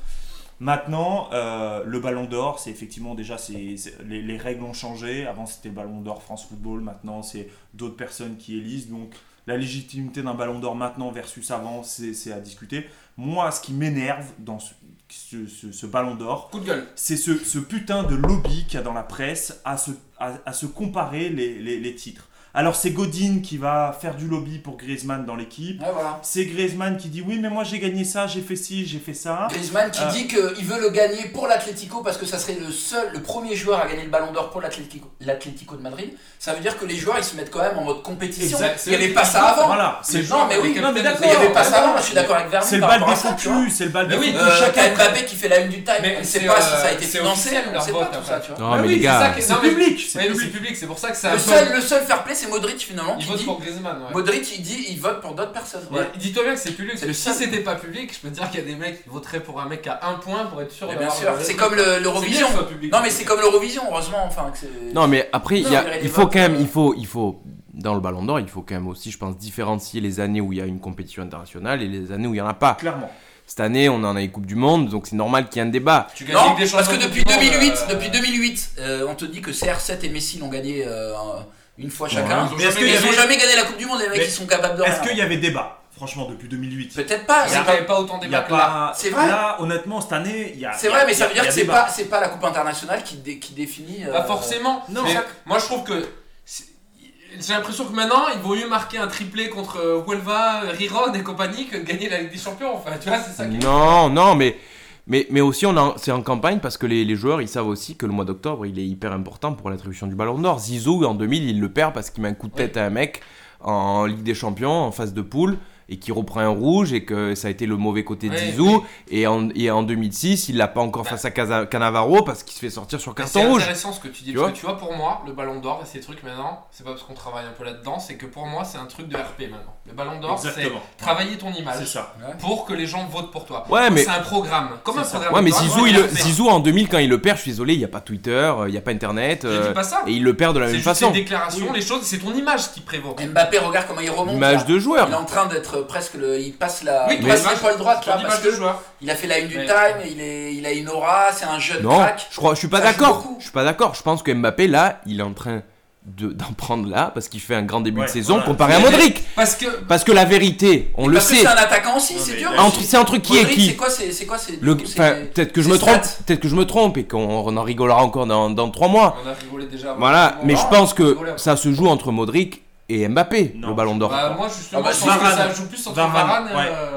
Speaker 3: Maintenant, euh, le ballon d'or, c'est effectivement déjà, c'est- c'est- les, les règles ont changé. Avant, c'était ballon d'or France Football. Maintenant, c'est d'autres personnes qui élisent. Donc, la légitimité d'un ballon d'or maintenant versus avant, c'est c'est à discuter. Moi, ce qui m'énerve dans ce- ce- ce- ce ballon d'or,
Speaker 1: Coup de gueule.
Speaker 3: c'est ce, ce putain de lobby qu'il y a dans la presse à se, à, à se comparer les, les- les titres. Alors c'est Godin qui va faire du lobby pour Griezmann dans l'équipe.
Speaker 4: Ouais, voilà.
Speaker 3: C'est Griezmann qui dit oui mais moi j'ai gagné ça, j'ai fait ci, j'ai fait ça.
Speaker 4: Griezmann qui
Speaker 3: Ah.
Speaker 4: dit qu'il veut le gagner pour l'Atlético parce que ça serait le seul, le premier joueur à gagner le Ballon d'Or pour l'Atlético l'Atlético de Madrid. Ça veut dire que les joueurs ils se mettent quand même en mode compétition.
Speaker 1: Exact, c'est
Speaker 4: Il n'y avait
Speaker 1: eux
Speaker 4: pas
Speaker 1: qui
Speaker 4: ça avant.
Speaker 3: Voilà,
Speaker 1: Les
Speaker 3: c'est
Speaker 1: gens-
Speaker 4: Non mais
Speaker 1: les
Speaker 4: oui,
Speaker 1: capitaines
Speaker 3: mais
Speaker 1: de-
Speaker 3: d'accord.
Speaker 4: il n'y avait pas
Speaker 3: mais
Speaker 4: ça
Speaker 3: non,
Speaker 4: avant. Je suis d'accord avec Verdi
Speaker 3: c'est le
Speaker 4: par
Speaker 3: bal
Speaker 4: rapport à
Speaker 3: des
Speaker 4: ça. tu vois.
Speaker 3: foutus, c'est le bal
Speaker 1: Mais
Speaker 3: des
Speaker 1: oui,
Speaker 3: foutus.
Speaker 4: Euh,
Speaker 3: Chacun-
Speaker 4: t'as Mbappé qui fait la une du time.
Speaker 1: Mais
Speaker 4: on ne sait
Speaker 1: c'est,
Speaker 4: pas
Speaker 1: euh,
Speaker 4: si ça a été
Speaker 1: c'est
Speaker 4: financé.
Speaker 1: officiel,
Speaker 4: On
Speaker 1: leur
Speaker 4: ne sait pas
Speaker 1: vote,
Speaker 4: tout
Speaker 1: après.
Speaker 4: ça. Tu vois.
Speaker 2: Non,
Speaker 1: Bah
Speaker 2: mais
Speaker 1: oui,
Speaker 2: les gars.
Speaker 1: c'est ça qui-
Speaker 3: C'est
Speaker 1: non, mais-
Speaker 3: public, c'est
Speaker 1: Ouais, mais
Speaker 3: public.
Speaker 1: c'est public, c'est pour ça que c'est un
Speaker 4: Le
Speaker 1: peu-
Speaker 4: seul, le seul fair play c'est Modric finalement
Speaker 1: Il
Speaker 4: qui
Speaker 1: vote
Speaker 4: dit.
Speaker 1: pour Griezmann, ouais.
Speaker 4: Modric il dit il vote pour d'autres personnes.
Speaker 1: Ouais. Dis-toi bien que c'est public, parce
Speaker 4: C'est
Speaker 1: que
Speaker 4: le
Speaker 1: si
Speaker 4: seul.
Speaker 1: c'était pas public, je peux te dire qu'il y a des mecs qui voteraient pour un mec à un point pour être sûr
Speaker 4: Mais
Speaker 1: d'avoir
Speaker 4: Eh bien
Speaker 1: le
Speaker 4: sûr,
Speaker 1: vrai.
Speaker 4: c'est comme le-
Speaker 1: C'est bien
Speaker 4: l'Eurovision.
Speaker 1: que ce soit public.
Speaker 4: Non mais c'est comme l'Eurovision, heureusement enfin que c'est.
Speaker 2: Non, mais après, il, y
Speaker 4: Non,
Speaker 2: a,
Speaker 4: mais
Speaker 2: il
Speaker 4: les
Speaker 2: faut
Speaker 4: votes,
Speaker 2: quand même,
Speaker 4: euh,
Speaker 2: il faut, il faut, dans le Ballon d'Or, il faut quand même aussi, je pense, différencier les années où il y a une compétition internationale et les années où il n'y en a pas.
Speaker 3: Clairement.
Speaker 2: Cette année, on en a les Coupes du Monde, donc c'est normal qu'il y ait un débat.
Speaker 1: Tu gagnes
Speaker 4: Non,
Speaker 1: Ligue des
Speaker 4: parce que
Speaker 1: Champions,
Speaker 4: depuis
Speaker 1: Coupe du Monde,
Speaker 4: 2008,
Speaker 1: euh,
Speaker 4: depuis 2008, euh, on te dit que CR7 et Messi l'ont gagné euh, une fois chacun.
Speaker 3: Mais est-ce
Speaker 4: Ils
Speaker 3: qu'il y
Speaker 4: n'ont
Speaker 3: avait-
Speaker 4: jamais gagné la Coupe du Monde, les mecs,
Speaker 3: Mais
Speaker 4: ils sont capables de rien.
Speaker 3: est-ce qu'il y avait débat Franchement, depuis 2008.
Speaker 4: Peut-être pas.
Speaker 1: Il
Speaker 4: c'est
Speaker 1: n'y
Speaker 3: a-
Speaker 4: pas-
Speaker 1: avait pas autant de
Speaker 3: Il y a
Speaker 1: débats que là.
Speaker 3: pas.
Speaker 4: C'est vrai.
Speaker 3: Là, honnêtement, cette année, il y a.
Speaker 4: C'est
Speaker 3: il y a-
Speaker 4: vrai, mais ça veut
Speaker 3: il y a
Speaker 4: dire que c'est
Speaker 3: débat.
Speaker 4: pas, c'est pas la Coupe internationale qui, dé- qui définit. euh,
Speaker 1: Pas forcément.
Speaker 3: Non.
Speaker 1: mais
Speaker 3: Ça-
Speaker 1: moi je trouve que. c'est- J'ai l'impression que maintenant il vaut mieux marquer un triplé contre euh, Huelva, Riron et compagnie que de gagner la Ligue des Champions. Enfin, tu vois, c'est ça qui est.
Speaker 2: Non, non, mais, mais, mais aussi, on en- c'est en campagne parce que les, les joueurs, ils savent aussi que le mois d'octobre, il est hyper important pour l'attribution du Ballon d'Or. Zizou, en 2000, il le perd parce qu'il met un coup de tête à un mec en Ligue des Champions, en phase de poule, et qui reprend un rouge, et que ça a été le mauvais côté de
Speaker 1: Ouais,
Speaker 2: Zizou. Et, en, et en 2006, il l'a pas encore
Speaker 1: Bah.
Speaker 2: face à Casa- Cannavaro parce qu'il se fait sortir sur
Speaker 1: Mais C'est
Speaker 2: carton rouge.
Speaker 1: intéressant ce que tu dis.
Speaker 2: Tu
Speaker 1: parce
Speaker 2: vois
Speaker 1: que tu vois, pour moi, le ballon d'or et ces trucs maintenant, c'est pas parce qu'on travaille un peu là-dedans, c'est que pour moi, c'est un truc de RP maintenant. Le ballon d'or, c'est
Speaker 3: Exactement.
Speaker 1: travailler ton
Speaker 3: C'est
Speaker 1: image
Speaker 3: ça.
Speaker 1: pour que les gens votent pour toi.
Speaker 2: Ouais, mais.
Speaker 1: C'est un programme. Comme un
Speaker 3: C'est ça.
Speaker 1: programme.
Speaker 2: Ouais, mais
Speaker 1: de toi,
Speaker 2: Zizou,
Speaker 1: tu
Speaker 2: il
Speaker 1: dois
Speaker 2: le-
Speaker 1: le faire.
Speaker 2: Zizou, en 2000, quand il le perd, je suis désolé, il n'y a pas Twitter, euh, il n'y a pas Internet,
Speaker 1: Je
Speaker 2: euh,
Speaker 1: dis pas ça.
Speaker 2: et il le perd de la
Speaker 1: C'est
Speaker 2: même
Speaker 1: juste les
Speaker 2: façon.
Speaker 1: déclarations, les choses, c'est ton image qui prévaut.
Speaker 4: Mbappé, regarde comment il remonte.
Speaker 2: Image
Speaker 4: là.
Speaker 2: de joueur.
Speaker 4: Il est en train d'être presque le. Il passe la.
Speaker 1: Oui,
Speaker 4: il
Speaker 1: mais-
Speaker 4: passe l'épaule droite là
Speaker 1: Ton
Speaker 4: parce
Speaker 1: image de
Speaker 4: que
Speaker 1: joueur.
Speaker 4: il a fait la une du
Speaker 1: Mais-
Speaker 4: time, il, est, il a une aura, c'est un jeune
Speaker 2: Non,
Speaker 4: crack.
Speaker 2: je crois, je suis pas
Speaker 4: Ça joue
Speaker 2: d'accord.
Speaker 4: beaucoup.
Speaker 2: Je suis pas d'accord. Je pense que Mbappé là, il est en train de- d'en prendre là parce qu'il fait un grand début
Speaker 3: Ouais,
Speaker 2: de saison
Speaker 3: voilà.
Speaker 2: comparé à
Speaker 1: Mais-
Speaker 2: Modric.
Speaker 1: Parce que.
Speaker 2: Parce que la vérité, on le
Speaker 4: Parce que
Speaker 2: sait.
Speaker 4: c'est un attaquant aussi,
Speaker 3: Non,
Speaker 4: c'est
Speaker 3: mais-
Speaker 4: dur.
Speaker 2: Entre-
Speaker 4: aussi.
Speaker 2: C'est un truc qui est
Speaker 4: Modric,
Speaker 2: qui.
Speaker 4: C'est quoi c'est- C'est quoi c'est-
Speaker 2: Le-
Speaker 4: c'est-
Speaker 2: enfin, peut-être que je
Speaker 4: c'est
Speaker 2: me trompe.
Speaker 4: stats.
Speaker 2: Peut-être que je me trompe et qu'on on en rigolera encore dans dans trois mois.
Speaker 1: On a rigolé déjà. avant.
Speaker 2: Voilà. Mais je pense que
Speaker 1: Rigoleur.
Speaker 2: ça se joue entre Modric et Mbappé,
Speaker 3: Non.
Speaker 2: le ballon d'or.
Speaker 1: Bah, moi, justement,
Speaker 4: Ah, moi,
Speaker 1: je pense que
Speaker 3: Varane.
Speaker 1: ça joue plus entre
Speaker 3: Varane,
Speaker 1: Varane,
Speaker 3: ouais,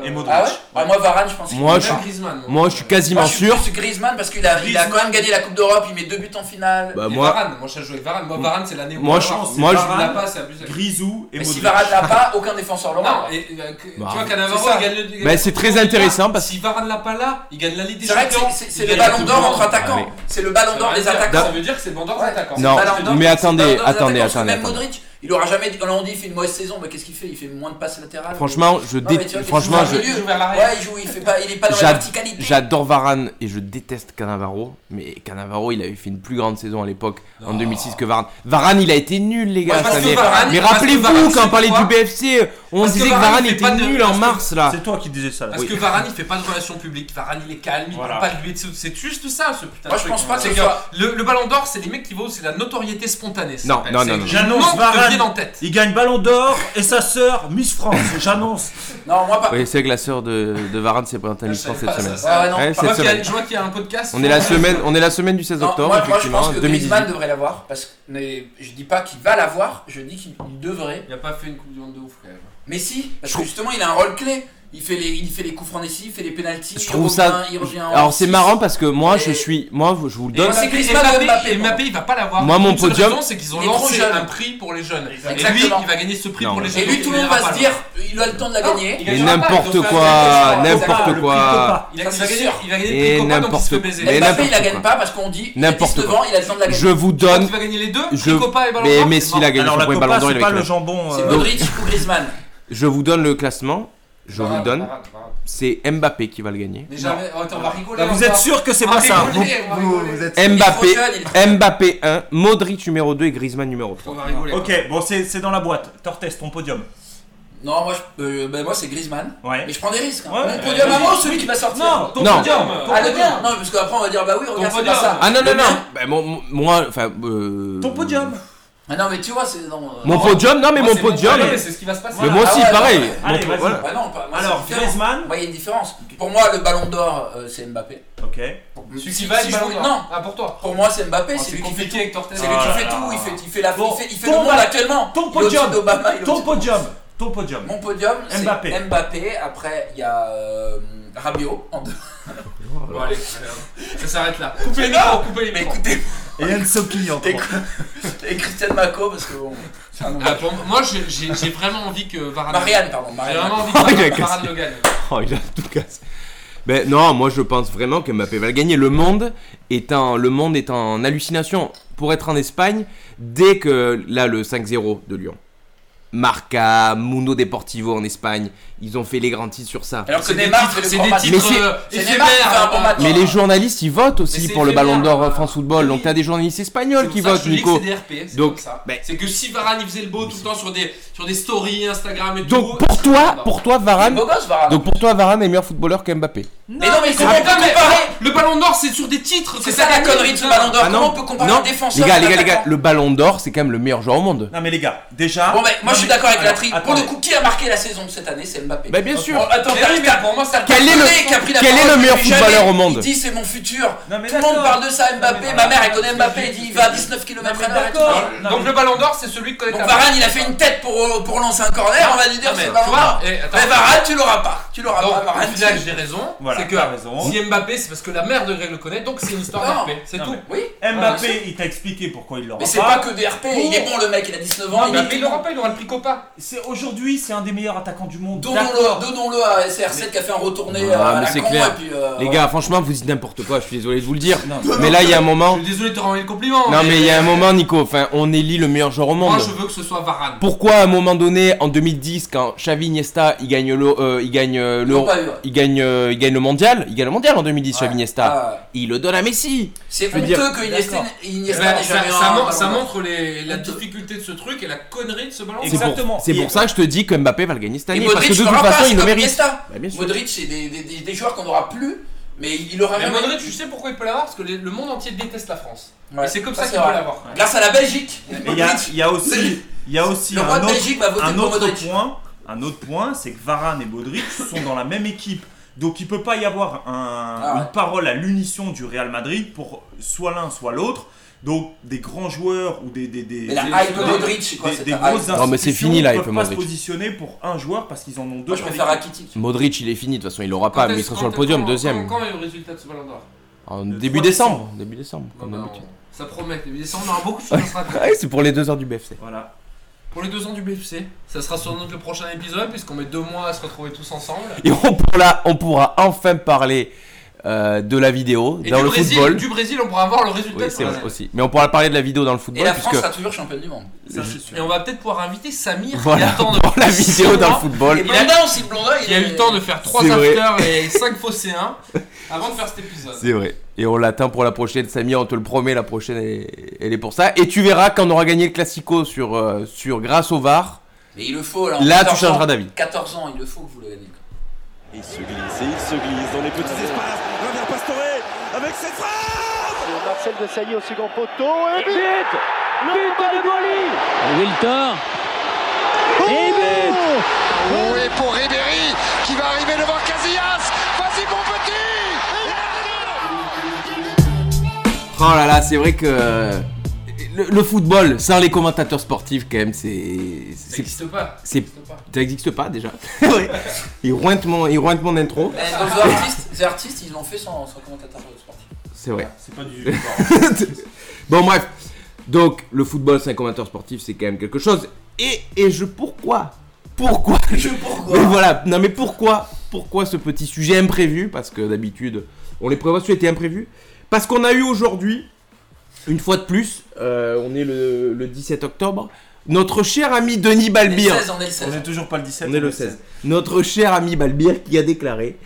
Speaker 1: et,
Speaker 3: et
Speaker 1: euh,
Speaker 3: Modric.
Speaker 4: Ah ouais Bah, Moi, Varane, je pense qu'il
Speaker 2: Moi,
Speaker 1: même
Speaker 2: je suis-
Speaker 1: Griezmann. moi.
Speaker 2: Moi, je suis
Speaker 4: Moi,
Speaker 2: quasiment
Speaker 4: je suis
Speaker 2: sûr.
Speaker 4: plus Griezmann parce qu'il a, il a quand même gagné la Coupe d'Europe, il met deux buts en finale.
Speaker 2: Bah,
Speaker 1: Et
Speaker 2: moi,
Speaker 1: Varane, moi, je joue avec Varane. Moi, Varane, c'est l'année où
Speaker 2: Moi,
Speaker 1: on
Speaker 2: je-
Speaker 1: l'a pas.
Speaker 2: moi,
Speaker 1: Si
Speaker 2: je-
Speaker 1: Varane l'a pas, c'est abusé.
Speaker 3: Grisou et
Speaker 4: mais si
Speaker 3: Modric.
Speaker 4: Varane l'a pas, aucun défenseur
Speaker 1: Non,
Speaker 4: l'aura.
Speaker 1: et, euh, que- tu
Speaker 2: Bah,
Speaker 1: vois,
Speaker 4: Ah c'est
Speaker 1: Cannavaro,
Speaker 4: ça.
Speaker 1: il gagne le. il
Speaker 2: Bah,
Speaker 1: gagne
Speaker 2: c'est
Speaker 1: le
Speaker 2: très
Speaker 1: Ballon d'Or.
Speaker 2: intéressant parce-
Speaker 1: Si Varane l'a pas là, il gagne la Ligue des
Speaker 4: C'est vrai que
Speaker 1: Champions.
Speaker 4: c'est- c'est c'est
Speaker 1: il
Speaker 4: le
Speaker 1: gagne la
Speaker 4: ballon
Speaker 1: Coupe
Speaker 4: d'or
Speaker 1: du
Speaker 4: entre
Speaker 1: Monde.
Speaker 4: attaquants.
Speaker 2: Allez.
Speaker 4: C'est le ballon d'or des
Speaker 1: Ça
Speaker 4: attaquants.
Speaker 1: veut dire que c'est le ballon d'or des
Speaker 4: Ouais.
Speaker 1: attaquants.
Speaker 4: C'est
Speaker 2: Non,
Speaker 4: le ballon d'or,
Speaker 2: mais
Speaker 4: c'est le
Speaker 2: attendez,
Speaker 4: ballon d'or des
Speaker 2: attendez,
Speaker 4: attaquants, parce que
Speaker 2: attendez,
Speaker 4: Même
Speaker 2: attendez.
Speaker 4: Modric, il aura jamais. dit- On a dit, il fait une mauvaise saison, bah, qu'est-ce qu'il fait Il fait moins de passes latérales.
Speaker 2: franchement, je
Speaker 4: Non, mais tu
Speaker 2: dé-
Speaker 4: vois, qu'est-ce
Speaker 2: franchement,
Speaker 4: qu'il
Speaker 2: je,
Speaker 4: fait
Speaker 1: je-
Speaker 4: au milieu
Speaker 1: Vers l'arrière.
Speaker 4: Ouais, il joue, il fait pas, il est pas dans la
Speaker 2: J'ad-
Speaker 4: verticalité.
Speaker 2: J'adore Varane et je déteste Cannavaro, mais Cannavaro il avait fait une plus grande saison à l'époque en
Speaker 1: Non.
Speaker 2: 2006 que Varane. Varane il a été nul les gars
Speaker 1: Parce
Speaker 2: cette
Speaker 1: que
Speaker 2: année.
Speaker 1: Varane-
Speaker 2: mais
Speaker 1: parce que
Speaker 2: rappelez-vous
Speaker 1: Varane,
Speaker 2: quand on
Speaker 1: c'est
Speaker 2: parlait
Speaker 1: quoi
Speaker 2: du BFC, euh, on
Speaker 1: Parce que
Speaker 2: disait que
Speaker 1: Varane,
Speaker 2: Varane
Speaker 1: il fait
Speaker 2: était
Speaker 1: pas de-
Speaker 2: nul
Speaker 1: parce
Speaker 2: en
Speaker 1: que-
Speaker 2: mars là.
Speaker 3: C'est toi qui disais ça. là.
Speaker 1: Parce que Varane il fait pas de relation publique, Varane il est calme, il
Speaker 3: Voilà.
Speaker 1: prend pas de but, c'est juste ça ce putain
Speaker 4: Moi,
Speaker 1: de
Speaker 4: je
Speaker 1: truc.
Speaker 4: pense pas que
Speaker 1: C'est
Speaker 4: ce soit-
Speaker 1: le, le ballon d'or c'est les mecs qui vaut, c'est la notoriété spontanée. ça
Speaker 2: Non,
Speaker 1: s'appelle.
Speaker 2: non,
Speaker 1: C'est
Speaker 2: non, non.
Speaker 1: le
Speaker 3: J'annonce
Speaker 1: nom qui
Speaker 3: Varane.
Speaker 1: vient en tête.
Speaker 3: Il gagne Ballon d'Or et sa sœur Miss France. J'annonce.
Speaker 4: Non, moi pas.
Speaker 2: Oui, c'est vrai que la sœur de, de Varane s'est présentée à
Speaker 1: Je
Speaker 2: Miss France
Speaker 1: savais
Speaker 2: cette
Speaker 1: pas
Speaker 2: semaine.
Speaker 1: ça,
Speaker 4: Ouais, ouais, non,
Speaker 2: Ouais,
Speaker 1: Je
Speaker 2: cette
Speaker 1: vois qu'il y a-
Speaker 2: semaine.
Speaker 1: je vois qu'il y a un podcast.
Speaker 2: On est la semaine, on est la semaine du 16
Speaker 4: Non,
Speaker 2: octobre
Speaker 4: moi, moi, je
Speaker 2: effectivement,
Speaker 4: pense que
Speaker 2: 2018.
Speaker 4: Griezmann devrait l'avoir parce que mais je dis pas qu'il va l'avoir, je dis qu'il il devrait.
Speaker 1: Il a pas fait une coupe du monde de ouf quand même.
Speaker 4: Mais si, parce
Speaker 2: Je
Speaker 4: que justement il a un rôle clé. Il fait les, il fait les coups francs décisifs, il fait les pénalties.
Speaker 2: Je
Speaker 4: il
Speaker 2: trouve
Speaker 4: revient-
Speaker 2: ça-
Speaker 4: Il revient en
Speaker 2: Alors c'est
Speaker 4: six.
Speaker 2: marrant parce que moi je
Speaker 4: Et-
Speaker 2: suis, moi je vous le
Speaker 1: Et
Speaker 2: donne.
Speaker 4: moi, c'est
Speaker 1: Mbappé,
Speaker 4: Griezmann ou Mbappé,
Speaker 1: Mbappé,
Speaker 4: pour moi.
Speaker 1: Mbappé, il va pas l'avoir.
Speaker 2: Moi, mon
Speaker 1: Une seule
Speaker 2: podium-
Speaker 1: raison, c'est qu'ils ont
Speaker 4: Il est trop
Speaker 1: lancé
Speaker 4: jeune.
Speaker 1: un prix pour les jeunes. Et lui,
Speaker 4: Exactement.
Speaker 1: il va gagner ce prix
Speaker 2: Non,
Speaker 1: pour les
Speaker 2: mais-
Speaker 1: jeunes.
Speaker 4: Et lui, tout le monde va se dire, il a le temps de la
Speaker 1: Non,
Speaker 4: gagner.
Speaker 1: il
Speaker 2: Mais
Speaker 1: gagnera pas, ils ont
Speaker 2: n'importe
Speaker 1: fait un
Speaker 2: quoi,
Speaker 4: gagner, ça va,
Speaker 2: n'importe
Speaker 3: le
Speaker 2: quoi.
Speaker 3: Picopa.
Speaker 1: Il a- il
Speaker 4: Ça,
Speaker 1: va
Speaker 4: c'est
Speaker 1: gagner-
Speaker 4: sûr.
Speaker 1: il va gagner
Speaker 2: Et
Speaker 1: des prix Copa, donc il se fait
Speaker 2: n'importe-
Speaker 1: baiser.
Speaker 2: Mais
Speaker 4: Et Mbappé, il la
Speaker 2: n'importe
Speaker 4: gagne
Speaker 2: quoi.
Speaker 4: pas parce qu'on dit il a
Speaker 2: N'importe
Speaker 4: 19
Speaker 2: quoi.
Speaker 4: ans, il a le temps de la
Speaker 2: Je
Speaker 4: gagner.
Speaker 2: vous
Speaker 1: Donc,
Speaker 2: donne.
Speaker 1: il va gagner les deux,
Speaker 2: Je-
Speaker 1: prix Copa et Ballon
Speaker 2: Mais
Speaker 1: d'Or,
Speaker 2: Messi
Speaker 1: c'est
Speaker 2: il a gagné
Speaker 3: Alors
Speaker 2: son
Speaker 3: la
Speaker 2: premier ballon
Speaker 3: Copa,
Speaker 2: d'or. il
Speaker 3: c'est
Speaker 2: avait
Speaker 3: pas
Speaker 2: que
Speaker 3: le
Speaker 2: neuf.
Speaker 3: jambon.
Speaker 4: C'est
Speaker 3: euh,
Speaker 4: Modric ou Griezmann.
Speaker 2: Je vous donne le classement. Je
Speaker 1: marrant.
Speaker 2: vous le donne.
Speaker 1: Varane, Varane.
Speaker 2: C'est Mbappé qui va le gagner.
Speaker 1: Mais jamais, Oh, attends, on va rigoler.
Speaker 2: Bah,
Speaker 3: Là, vous
Speaker 1: encore.
Speaker 3: êtes sûr que c'est
Speaker 1: On va
Speaker 4: Ah,
Speaker 3: pas ça
Speaker 1: rigoler, on va rigoler.
Speaker 5: êtes.
Speaker 2: Mbappé,
Speaker 4: Il est trop jeune, il est trop
Speaker 2: Mbappé 1, Modric numéro 2 et Griezmann numéro 3.
Speaker 1: On va rigoler.
Speaker 3: Ok, bon, c'est c'est dans la boîte. Tortes, ton podium.
Speaker 4: Non, moi, je- euh, ben, moi c'est Griezmann.
Speaker 3: Ouais.
Speaker 4: Mais je prends des risques. hein.
Speaker 3: Ouais,
Speaker 4: Mon
Speaker 3: ouais.
Speaker 4: podium à moi ou celui qui va sortir
Speaker 3: Non, ton
Speaker 2: Non.
Speaker 3: podium. ton
Speaker 4: Ah, le
Speaker 3: podium.
Speaker 4: mien Non, parce qu'après on va dire bah oui, regarde, c'est
Speaker 1: podium.
Speaker 4: pas ça.
Speaker 2: Ah non, non,
Speaker 4: Le
Speaker 2: non
Speaker 4: mien-
Speaker 2: Bah, mon- mon- Moi, enfin... euh,
Speaker 3: Ton podium.
Speaker 4: Ah non, mais tu vois, c'est. non, euh,
Speaker 2: Mon
Speaker 4: non.
Speaker 2: podium Non, mais
Speaker 1: Moi,
Speaker 2: mon
Speaker 1: c'est mon
Speaker 2: podium...
Speaker 1: podium, mais c'est ce qui va se passer.
Speaker 2: Mais moi
Speaker 4: Ah
Speaker 2: aussi,
Speaker 4: ouais,
Speaker 2: pareil
Speaker 4: ouais.
Speaker 2: Mon-
Speaker 3: Allez, vas-y.
Speaker 2: voilà.
Speaker 4: Bah non, pas, moi, c'est
Speaker 3: Alors,
Speaker 4: différent.
Speaker 3: Griezmann.
Speaker 4: Moi, il y a une différence. Pour moi, le ballon d'or, euh, c'est Mbappé.
Speaker 3: Ok.
Speaker 1: Celui
Speaker 4: Si-
Speaker 1: qui va,
Speaker 4: si
Speaker 1: il
Speaker 4: je
Speaker 1: va
Speaker 4: voulais-
Speaker 1: Non,
Speaker 4: Non,
Speaker 1: ah pour toi.
Speaker 4: pour moi, c'est Mbappé.
Speaker 1: Oh,
Speaker 4: C'est lui qui fait
Speaker 1: compliqué
Speaker 4: tout.
Speaker 1: avec Tortel.
Speaker 4: C'est lui qui
Speaker 3: Ah
Speaker 4: fait
Speaker 3: là
Speaker 4: tout.
Speaker 3: là.
Speaker 4: Il fait, il fait la,
Speaker 3: Bon,
Speaker 4: il fait, il fait
Speaker 3: ton
Speaker 4: le monde
Speaker 3: ba-
Speaker 4: actuellement.
Speaker 3: ton
Speaker 4: Il est au-dessus
Speaker 3: podium.
Speaker 4: d'Obama, il est
Speaker 3: Ton
Speaker 4: au-dessus de-
Speaker 3: podium. Ton podium.
Speaker 4: Mon podium, c'est
Speaker 3: Mbappé.
Speaker 4: Mbappé. Après, il y a euh, Rabiot en deux.
Speaker 1: Bon, allez, allez, ça s'arrête là. Coupez les micros, coupez les
Speaker 4: Mais
Speaker 1: micros.
Speaker 4: écoutez,
Speaker 3: Et Ensoki en trois.
Speaker 4: et Christian Mako parce que bon, c'est un nom.
Speaker 1: Ah, pour- Moi, j'ai- j'ai j'ai vraiment envie que Varane.
Speaker 4: Marianne, pardon.
Speaker 1: J'ai
Speaker 4: Marianne.
Speaker 1: vraiment envie
Speaker 2: Oh, il
Speaker 1: que
Speaker 2: a cassé.
Speaker 1: Varane le gagne.
Speaker 2: Oh, il a tout cassé ben non, moi je pense vraiment que Mbappé va le gagner. Le monde est en, le monde est en hallucination pour être en Espagne dès que là le 5-0 de Lyon. Marca, Mundo Deportivo en Espagne, ils ont fait les grands titres sur ça.
Speaker 4: Alors que
Speaker 1: C'est des
Speaker 4: Neymar
Speaker 1: titres,
Speaker 4: fait le
Speaker 1: c'est
Speaker 4: grand
Speaker 1: des
Speaker 4: match.
Speaker 1: titres
Speaker 2: Mais
Speaker 1: euh,
Speaker 4: c'est- c'est Neymar qui fait un bon
Speaker 1: éphémères.
Speaker 4: match.
Speaker 2: Mais les journalistes ils votent aussi
Speaker 1: c'est
Speaker 2: pour le ballon
Speaker 1: éphémère.
Speaker 2: d'or euh, France Football, donc t'as des journalistes espagnols qui
Speaker 1: C'est pour ça
Speaker 2: votent,
Speaker 1: que je dis que
Speaker 2: Nico.
Speaker 1: C'est des RP, c'est
Speaker 2: Donc,
Speaker 1: comme ça.
Speaker 2: ben-
Speaker 1: C'est que si Varane il faisait le beau tout le temps sur des, sur des stories Instagram et
Speaker 2: Donc
Speaker 1: tout.
Speaker 2: pour toi,
Speaker 1: Non.
Speaker 2: pour toi
Speaker 4: Il est
Speaker 2: Varane,
Speaker 4: beau gosse, Varane.
Speaker 2: donc pour toi Varane est meilleur footballeur que Mbappé.
Speaker 4: Mais non, mais
Speaker 1: Ah,
Speaker 4: comment on peut
Speaker 1: putain, mais
Speaker 4: comparer
Speaker 1: Le ballon d'or c'est sur des titres.
Speaker 4: C'est ça la connerie de ce ballon d'or.
Speaker 2: Ah
Speaker 4: Comment
Speaker 2: non,
Speaker 4: on peut comparer
Speaker 2: non.
Speaker 4: un défenseur
Speaker 2: Les gars,
Speaker 4: et
Speaker 2: les
Speaker 4: un
Speaker 2: gars, les gars,
Speaker 4: attaquant
Speaker 2: le ballon d'or c'est quand même le meilleur joueur au monde.
Speaker 3: Non mais les gars, déjà.
Speaker 4: Bon, ben, moi je suis d'accord avec la
Speaker 3: Alors,
Speaker 4: tri. Pour
Speaker 3: attendez.
Speaker 4: le coup, qui a marqué la saison de cette année C'est Mbappé.
Speaker 2: Bah bien
Speaker 4: Bon,
Speaker 2: sûr.
Speaker 4: attends,
Speaker 1: Mais
Speaker 4: t'as-
Speaker 1: oui,
Speaker 4: t'as-
Speaker 1: mais pour moi ça
Speaker 2: Quel est
Speaker 4: Pelé
Speaker 2: le-
Speaker 4: qui a pris la
Speaker 2: quel
Speaker 4: parole
Speaker 2: est le meilleur
Speaker 4: depuis jamais.
Speaker 2: footballeur au monde
Speaker 4: Il dit c'est mon futur.
Speaker 3: Non, mais
Speaker 4: Tout le
Speaker 3: d'accord.
Speaker 4: monde parle de ça, Mbappé.
Speaker 3: mais
Speaker 4: Ma mère
Speaker 3: voilà.
Speaker 4: elle connaît Mbappé, elle dit il va à 19 km
Speaker 3: mais
Speaker 4: à l'heure. et tout.
Speaker 3: d'accord.
Speaker 4: Donc
Speaker 3: Non,
Speaker 1: Donc
Speaker 3: mais-
Speaker 1: le ballon d'or c'est celui que
Speaker 4: Varane il a fait Ah, une tête pour, pour lancer un corner, on va lui dire
Speaker 1: mais tu
Speaker 4: c'est le ballon
Speaker 1: vois,
Speaker 4: d'or.
Speaker 1: et attends.
Speaker 4: Mais Varane tu l'auras pas. Tu l'auras pas,
Speaker 1: Donc, au
Speaker 4: Varane.
Speaker 1: final, j'ai raison.
Speaker 3: Voilà,
Speaker 1: c'est que
Speaker 3: t'as raison.
Speaker 1: si Mbappé, c'est parce que la mère de Greg le connaît, donc c'est une
Speaker 4: Non.
Speaker 1: histoire d'RP. C'est
Speaker 3: Non,
Speaker 1: tout.
Speaker 3: mais-
Speaker 4: Oui.
Speaker 3: Mbappé, il t'a expliqué pourquoi il l'aura
Speaker 4: Mais c'est pas que des RP, il est
Speaker 3: Bon.
Speaker 4: bon le mec, il a 19 ans.
Speaker 3: Non,
Speaker 4: il est
Speaker 1: Mbappé, il l'aura pas, il aura le prix Copa.
Speaker 3: C'est aujourd'hui, c'est un des meilleurs attaquants du monde.
Speaker 4: Donnons-le donnons-le à SR7 qui a fait un retourné
Speaker 2: Ah,
Speaker 4: euh, à
Speaker 2: mais
Speaker 4: la
Speaker 2: c'est
Speaker 4: con
Speaker 2: clair.
Speaker 4: et puis. euh,
Speaker 2: Les gars, franchement, vous dites n'importe quoi, je suis désolé de vous le dire.
Speaker 3: Non.
Speaker 2: Mais là, il y a un moment.
Speaker 1: Je suis désolé de te renvoyer le compliment.
Speaker 2: Non, mais il y a un moment, Nico. Enfin, on élit le meilleur joueur au
Speaker 1: Moi,
Speaker 2: monde.
Speaker 1: je veux que ce soit Varane.
Speaker 2: Pourquoi, à un moment donné, en 2010, quand Xavi Iniesta, il gagne le, euh, il gagne euh,
Speaker 4: ils
Speaker 2: l'Euro-
Speaker 4: l'ont pas eu, ouais.
Speaker 2: il gagne, euh, il gagne le mondial, il gagne le mondial en 2010, Xavi Iniesta.
Speaker 4: Ah, ouais.
Speaker 2: Il le donne à Messi.
Speaker 4: C'est
Speaker 2: veux dire-
Speaker 4: honteux que Iniesta
Speaker 3: D'accord.
Speaker 4: Iniesta
Speaker 1: Ben,
Speaker 4: n'ait
Speaker 1: ça,
Speaker 4: jamais
Speaker 1: ça
Speaker 4: un
Speaker 1: mon-
Speaker 4: ballon
Speaker 1: ça
Speaker 4: d'or.
Speaker 1: montre les- la
Speaker 4: Honteux.
Speaker 1: difficulté de ce truc et la connerie de ce ballon.
Speaker 2: C'est pour-
Speaker 3: Exactement.
Speaker 2: C'est pour,
Speaker 3: Et-
Speaker 2: ça que je te dis que Mbappé va le gagner cette
Speaker 4: Et
Speaker 2: année, parce
Speaker 4: Modric,
Speaker 2: que de
Speaker 4: tu
Speaker 2: toute
Speaker 4: l'auras
Speaker 2: façon,
Speaker 4: pas,
Speaker 2: il le
Speaker 4: c'est comme
Speaker 2: mérite.
Speaker 4: Iniesta.
Speaker 2: Bah, bien sûr.
Speaker 4: Modric, c'est des, des- des- des joueurs qu'on n'aura plus, mais il il aura
Speaker 1: Mais
Speaker 4: jamais.
Speaker 1: Modric, tu sais pourquoi il peut l'avoir Parce que les- le monde entier déteste la France.
Speaker 4: Ouais,
Speaker 1: Et c'est comme ça
Speaker 4: c'est
Speaker 1: qu'il peut
Speaker 4: vrai.
Speaker 1: l'avoir.
Speaker 4: Grâce à la Belgique,
Speaker 3: Mais il y a,
Speaker 4: Modric,
Speaker 3: il y a aussi, il y a aussi
Speaker 4: le roi
Speaker 3: un
Speaker 4: de
Speaker 3: autre,
Speaker 4: Belgique va voter
Speaker 3: un
Speaker 4: pour
Speaker 3: autre
Speaker 4: Modric.
Speaker 3: point. Un autre point, c'est que Varane et Modric sont dans la même équipe. Donc il peut pas y avoir un-
Speaker 4: Ah ouais.
Speaker 3: une parole à l'unisson du Real Madrid pour soit l'un soit l'autre. Donc des grands joueurs ou des des des,
Speaker 4: Mais la
Speaker 3: des-
Speaker 4: hype de
Speaker 3: des-
Speaker 4: Modric, c'est Ah quoi
Speaker 3: des-
Speaker 4: cette
Speaker 3: des
Speaker 4: hype
Speaker 3: grosses
Speaker 2: Non, mais c'est
Speaker 3: institutions
Speaker 2: fini, la
Speaker 3: peuvent
Speaker 2: hype
Speaker 3: pas se
Speaker 2: Modric.
Speaker 3: positionner pour un joueur parce qu'ils en ont deux.
Speaker 4: Moi, je
Speaker 3: sur
Speaker 4: préfère
Speaker 3: l'équipe.
Speaker 4: Akitic.
Speaker 2: Modric, il est fini, de toute façon, il l'aura pas, Ah, mais il sera sur le podium, deuxième.
Speaker 1: Quand, quand est le résultat de ce ballon d'or
Speaker 2: En
Speaker 3: Le
Speaker 2: début
Speaker 3: 3
Speaker 2: décembre. Début décembre,
Speaker 1: Bon,
Speaker 2: comme
Speaker 1: bah,
Speaker 2: d'habitude.
Speaker 1: on- Ça promet, début décembre, on aura beaucoup de choses à se raconter.
Speaker 2: Ouais, c'est pour les deux heures du BFC.
Speaker 3: Voilà.
Speaker 1: Pour les deux ans du BFC, ça sera sans doute le prochain épisode, puisqu'on met deux mois à se retrouver tous ensemble.
Speaker 2: Et on pourra, on pourra enfin parler euh, de la vidéo
Speaker 1: Et
Speaker 2: dans
Speaker 1: du,
Speaker 2: le
Speaker 1: Brésil,
Speaker 2: football.
Speaker 1: du Brésil, on pourra avoir le résultat
Speaker 2: Oui,
Speaker 1: de
Speaker 2: c'est
Speaker 1: la
Speaker 2: vrai
Speaker 1: semaine.
Speaker 2: aussi. Mais on pourra parler de la vidéo dans le
Speaker 4: Et
Speaker 2: football
Speaker 4: la France
Speaker 2: puisque
Speaker 4: sera toujours championne du monde.
Speaker 3: Ça, c'est sûr.
Speaker 1: Et on va peut-être pouvoir inviter Samir,
Speaker 2: Voilà,
Speaker 1: qui attend de
Speaker 2: pour la
Speaker 1: six
Speaker 2: vidéo dans le
Speaker 1: mois,
Speaker 2: football.
Speaker 4: Et
Speaker 1: Il a-
Speaker 4: Blondin aussi, Blondin,
Speaker 1: Il a eu le temps de faire trois
Speaker 2: C'est vrai.
Speaker 1: afters et 5 phocéens avant de faire cet épisode.
Speaker 2: C'est vrai. Et on l'atteint pour la prochaine, Samir, on te le promet, la prochaine, elle est, elle est pour ça. Et tu verras quand on aura gagné le Classico sur, euh, sur grâce au VAR.
Speaker 4: Mais il le faut là. en
Speaker 2: Là, tu
Speaker 4: 14 ans.
Speaker 2: changeras d'avis.
Speaker 4: 14 ans, il le faut que vous le gagnez.
Speaker 8: Il se glisse et il se glisse dans les petits espaces. Revient Pastore avec cette frappe
Speaker 9: Marcel de Sailly au second poteau et but
Speaker 10: Wiltor, Et but
Speaker 9: Oh, et pour Ribéry qui va arriver devant Casillas Vas-y mon petit
Speaker 2: Oh là là, c'est vrai que euh, le, le football, sans les commentateurs sportifs, quand même, c'est.
Speaker 1: Ça
Speaker 2: c'est-
Speaker 1: n'existe pas. ça
Speaker 2: c'est-
Speaker 1: existe pas.
Speaker 2: Ça n'existe pas déjà. Ouais. il, rointe mon, il rointe mon intro.
Speaker 4: Eh, donc, The Artist, The Artist, ils l'ont fait sans, sans commentateur sportif.
Speaker 2: C'est vrai.
Speaker 3: C'est pas du.
Speaker 2: bon bref, donc le football c'est un commentateur sportif, c'est quand même quelque chose. Et, et je pourquoi Pourquoi je,
Speaker 4: pourquoi
Speaker 2: Mais voilà, non mais pourquoi Pourquoi ce petit sujet imprévu Parce que d'habitude on les prévoit, celui était imprévu. Parce qu'on a eu aujourd'hui, une fois de plus, euh, on est le, le 17 octobre, notre cher ami Denis
Speaker 4: On est le
Speaker 2: Balbir.
Speaker 4: 16, on est
Speaker 3: On
Speaker 4: le 16.
Speaker 3: n'est toujours pas le 17.
Speaker 2: On est le 16. Notre cher ami Balbir qui a déclaré,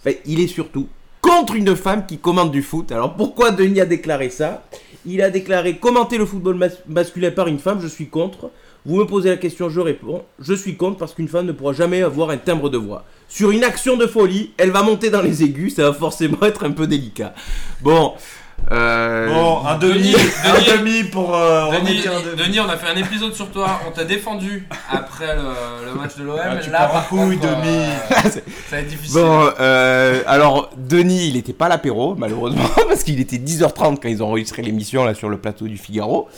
Speaker 2: enfin, il est surtout contre une femme qui commande du foot. Alors pourquoi Denis a déclaré ça Il a déclaré commenter le football mas- masculin par une femme, je suis contre. Vous me posez la question, je réponds, je suis contre parce qu'une femme ne pourra jamais avoir un timbre de voix. Sur une action de folie, elle va monter dans les aigus, ça va forcément être un peu délicat. Bon, euh,
Speaker 3: Bon, un demi,
Speaker 1: Denis,
Speaker 3: un
Speaker 1: Denis.
Speaker 3: demi pour euh,
Speaker 1: Denis,
Speaker 3: remonter un demi.
Speaker 1: Denis, on a fait un épisode sur toi, on t'a défendu après le, le match de l'OM.
Speaker 3: Ah, tu
Speaker 1: Là,
Speaker 3: pars en
Speaker 1: par
Speaker 3: couille,
Speaker 1: contre, euh,
Speaker 2: Denis.
Speaker 1: ça va être difficile.
Speaker 2: Bon, euh, alors Denis, il n'était pas à l'apéro, malheureusement, parce qu'il était 10h30 quand ils ont enregistré l'émission là sur le plateau du Figaro.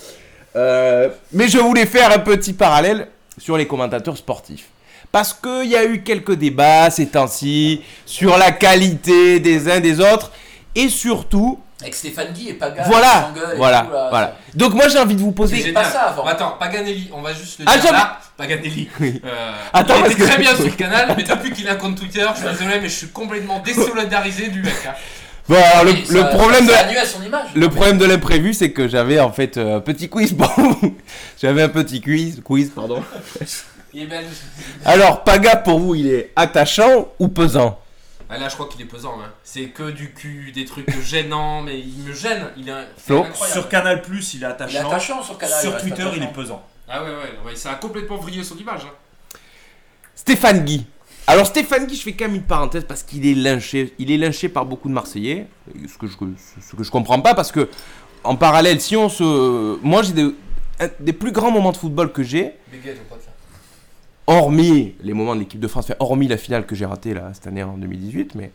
Speaker 2: Euh, mais je voulais faire un petit parallèle sur les commentateurs sportifs. Parce qu'il y a eu quelques débats ces temps-ci sur la qualité des uns des autres et surtout,
Speaker 4: Avec Stéphane Guy et Paga.
Speaker 2: voilà,
Speaker 4: qui Ah, s'engueulent et
Speaker 2: voilà,
Speaker 4: tout, là.
Speaker 2: voilà. Donc moi j'ai envie de vous
Speaker 1: C'est
Speaker 2: poser.
Speaker 4: J'ai-
Speaker 1: génial. Bah,
Speaker 4: pas ça avant.
Speaker 1: Attends, Paganelli, on va juste le
Speaker 2: Ah,
Speaker 1: dire
Speaker 2: jamais.
Speaker 1: là. Paganelli. Euh,
Speaker 2: Attends,
Speaker 1: il
Speaker 2: parce
Speaker 1: était
Speaker 2: que-
Speaker 1: très bien sur le canal, mais depuis qu'il a un compte Twitter, je suis désolé, mais je suis complètement désolidarisé du mec. hein.
Speaker 2: Bon, alors, le,
Speaker 4: Et ça-
Speaker 2: le problème de
Speaker 4: ça
Speaker 2: la-
Speaker 4: annule à son image.
Speaker 2: Le problème de l'imprévu, c'est que j'avais en fait euh, un petit quiz pour vous. J'avais un petit quiz, quiz, pardon.
Speaker 1: Il est belge.
Speaker 2: Alors, Paga, pour vous, il est attachant ou pesant
Speaker 1: Ah, là, je crois qu'il est pesant. hein. C'est que du cul, des trucs gênants, mais il me gêne. Il est, c'est
Speaker 2: Flo
Speaker 1: incroyable.
Speaker 3: Sur Canal Plus, il est
Speaker 4: Il est
Speaker 3: attachant.
Speaker 4: attachant sur Canal.
Speaker 3: Sur
Speaker 4: reste
Speaker 3: Twitter, il est
Speaker 4: attachant.
Speaker 3: pesant.
Speaker 1: Ah ouais, ouais, ouais, ça a complètement vrillé son image. hein.
Speaker 2: Stéphane Guy. Alors, Stéphane Guy, je fais quand même une parenthèse parce qu'il est lynché. Il est lynché par beaucoup de Marseillais. Ce que je, ce que je comprends pas parce que, en parallèle, si on se. Moi, j'ai des, un des plus grands moments de football que j'ai.
Speaker 1: Dégage, on peut pas te faire.
Speaker 2: hormis les moments de l'équipe de France, enfin, hormis la finale que j'ai ratée là, cette année en 2018, mais,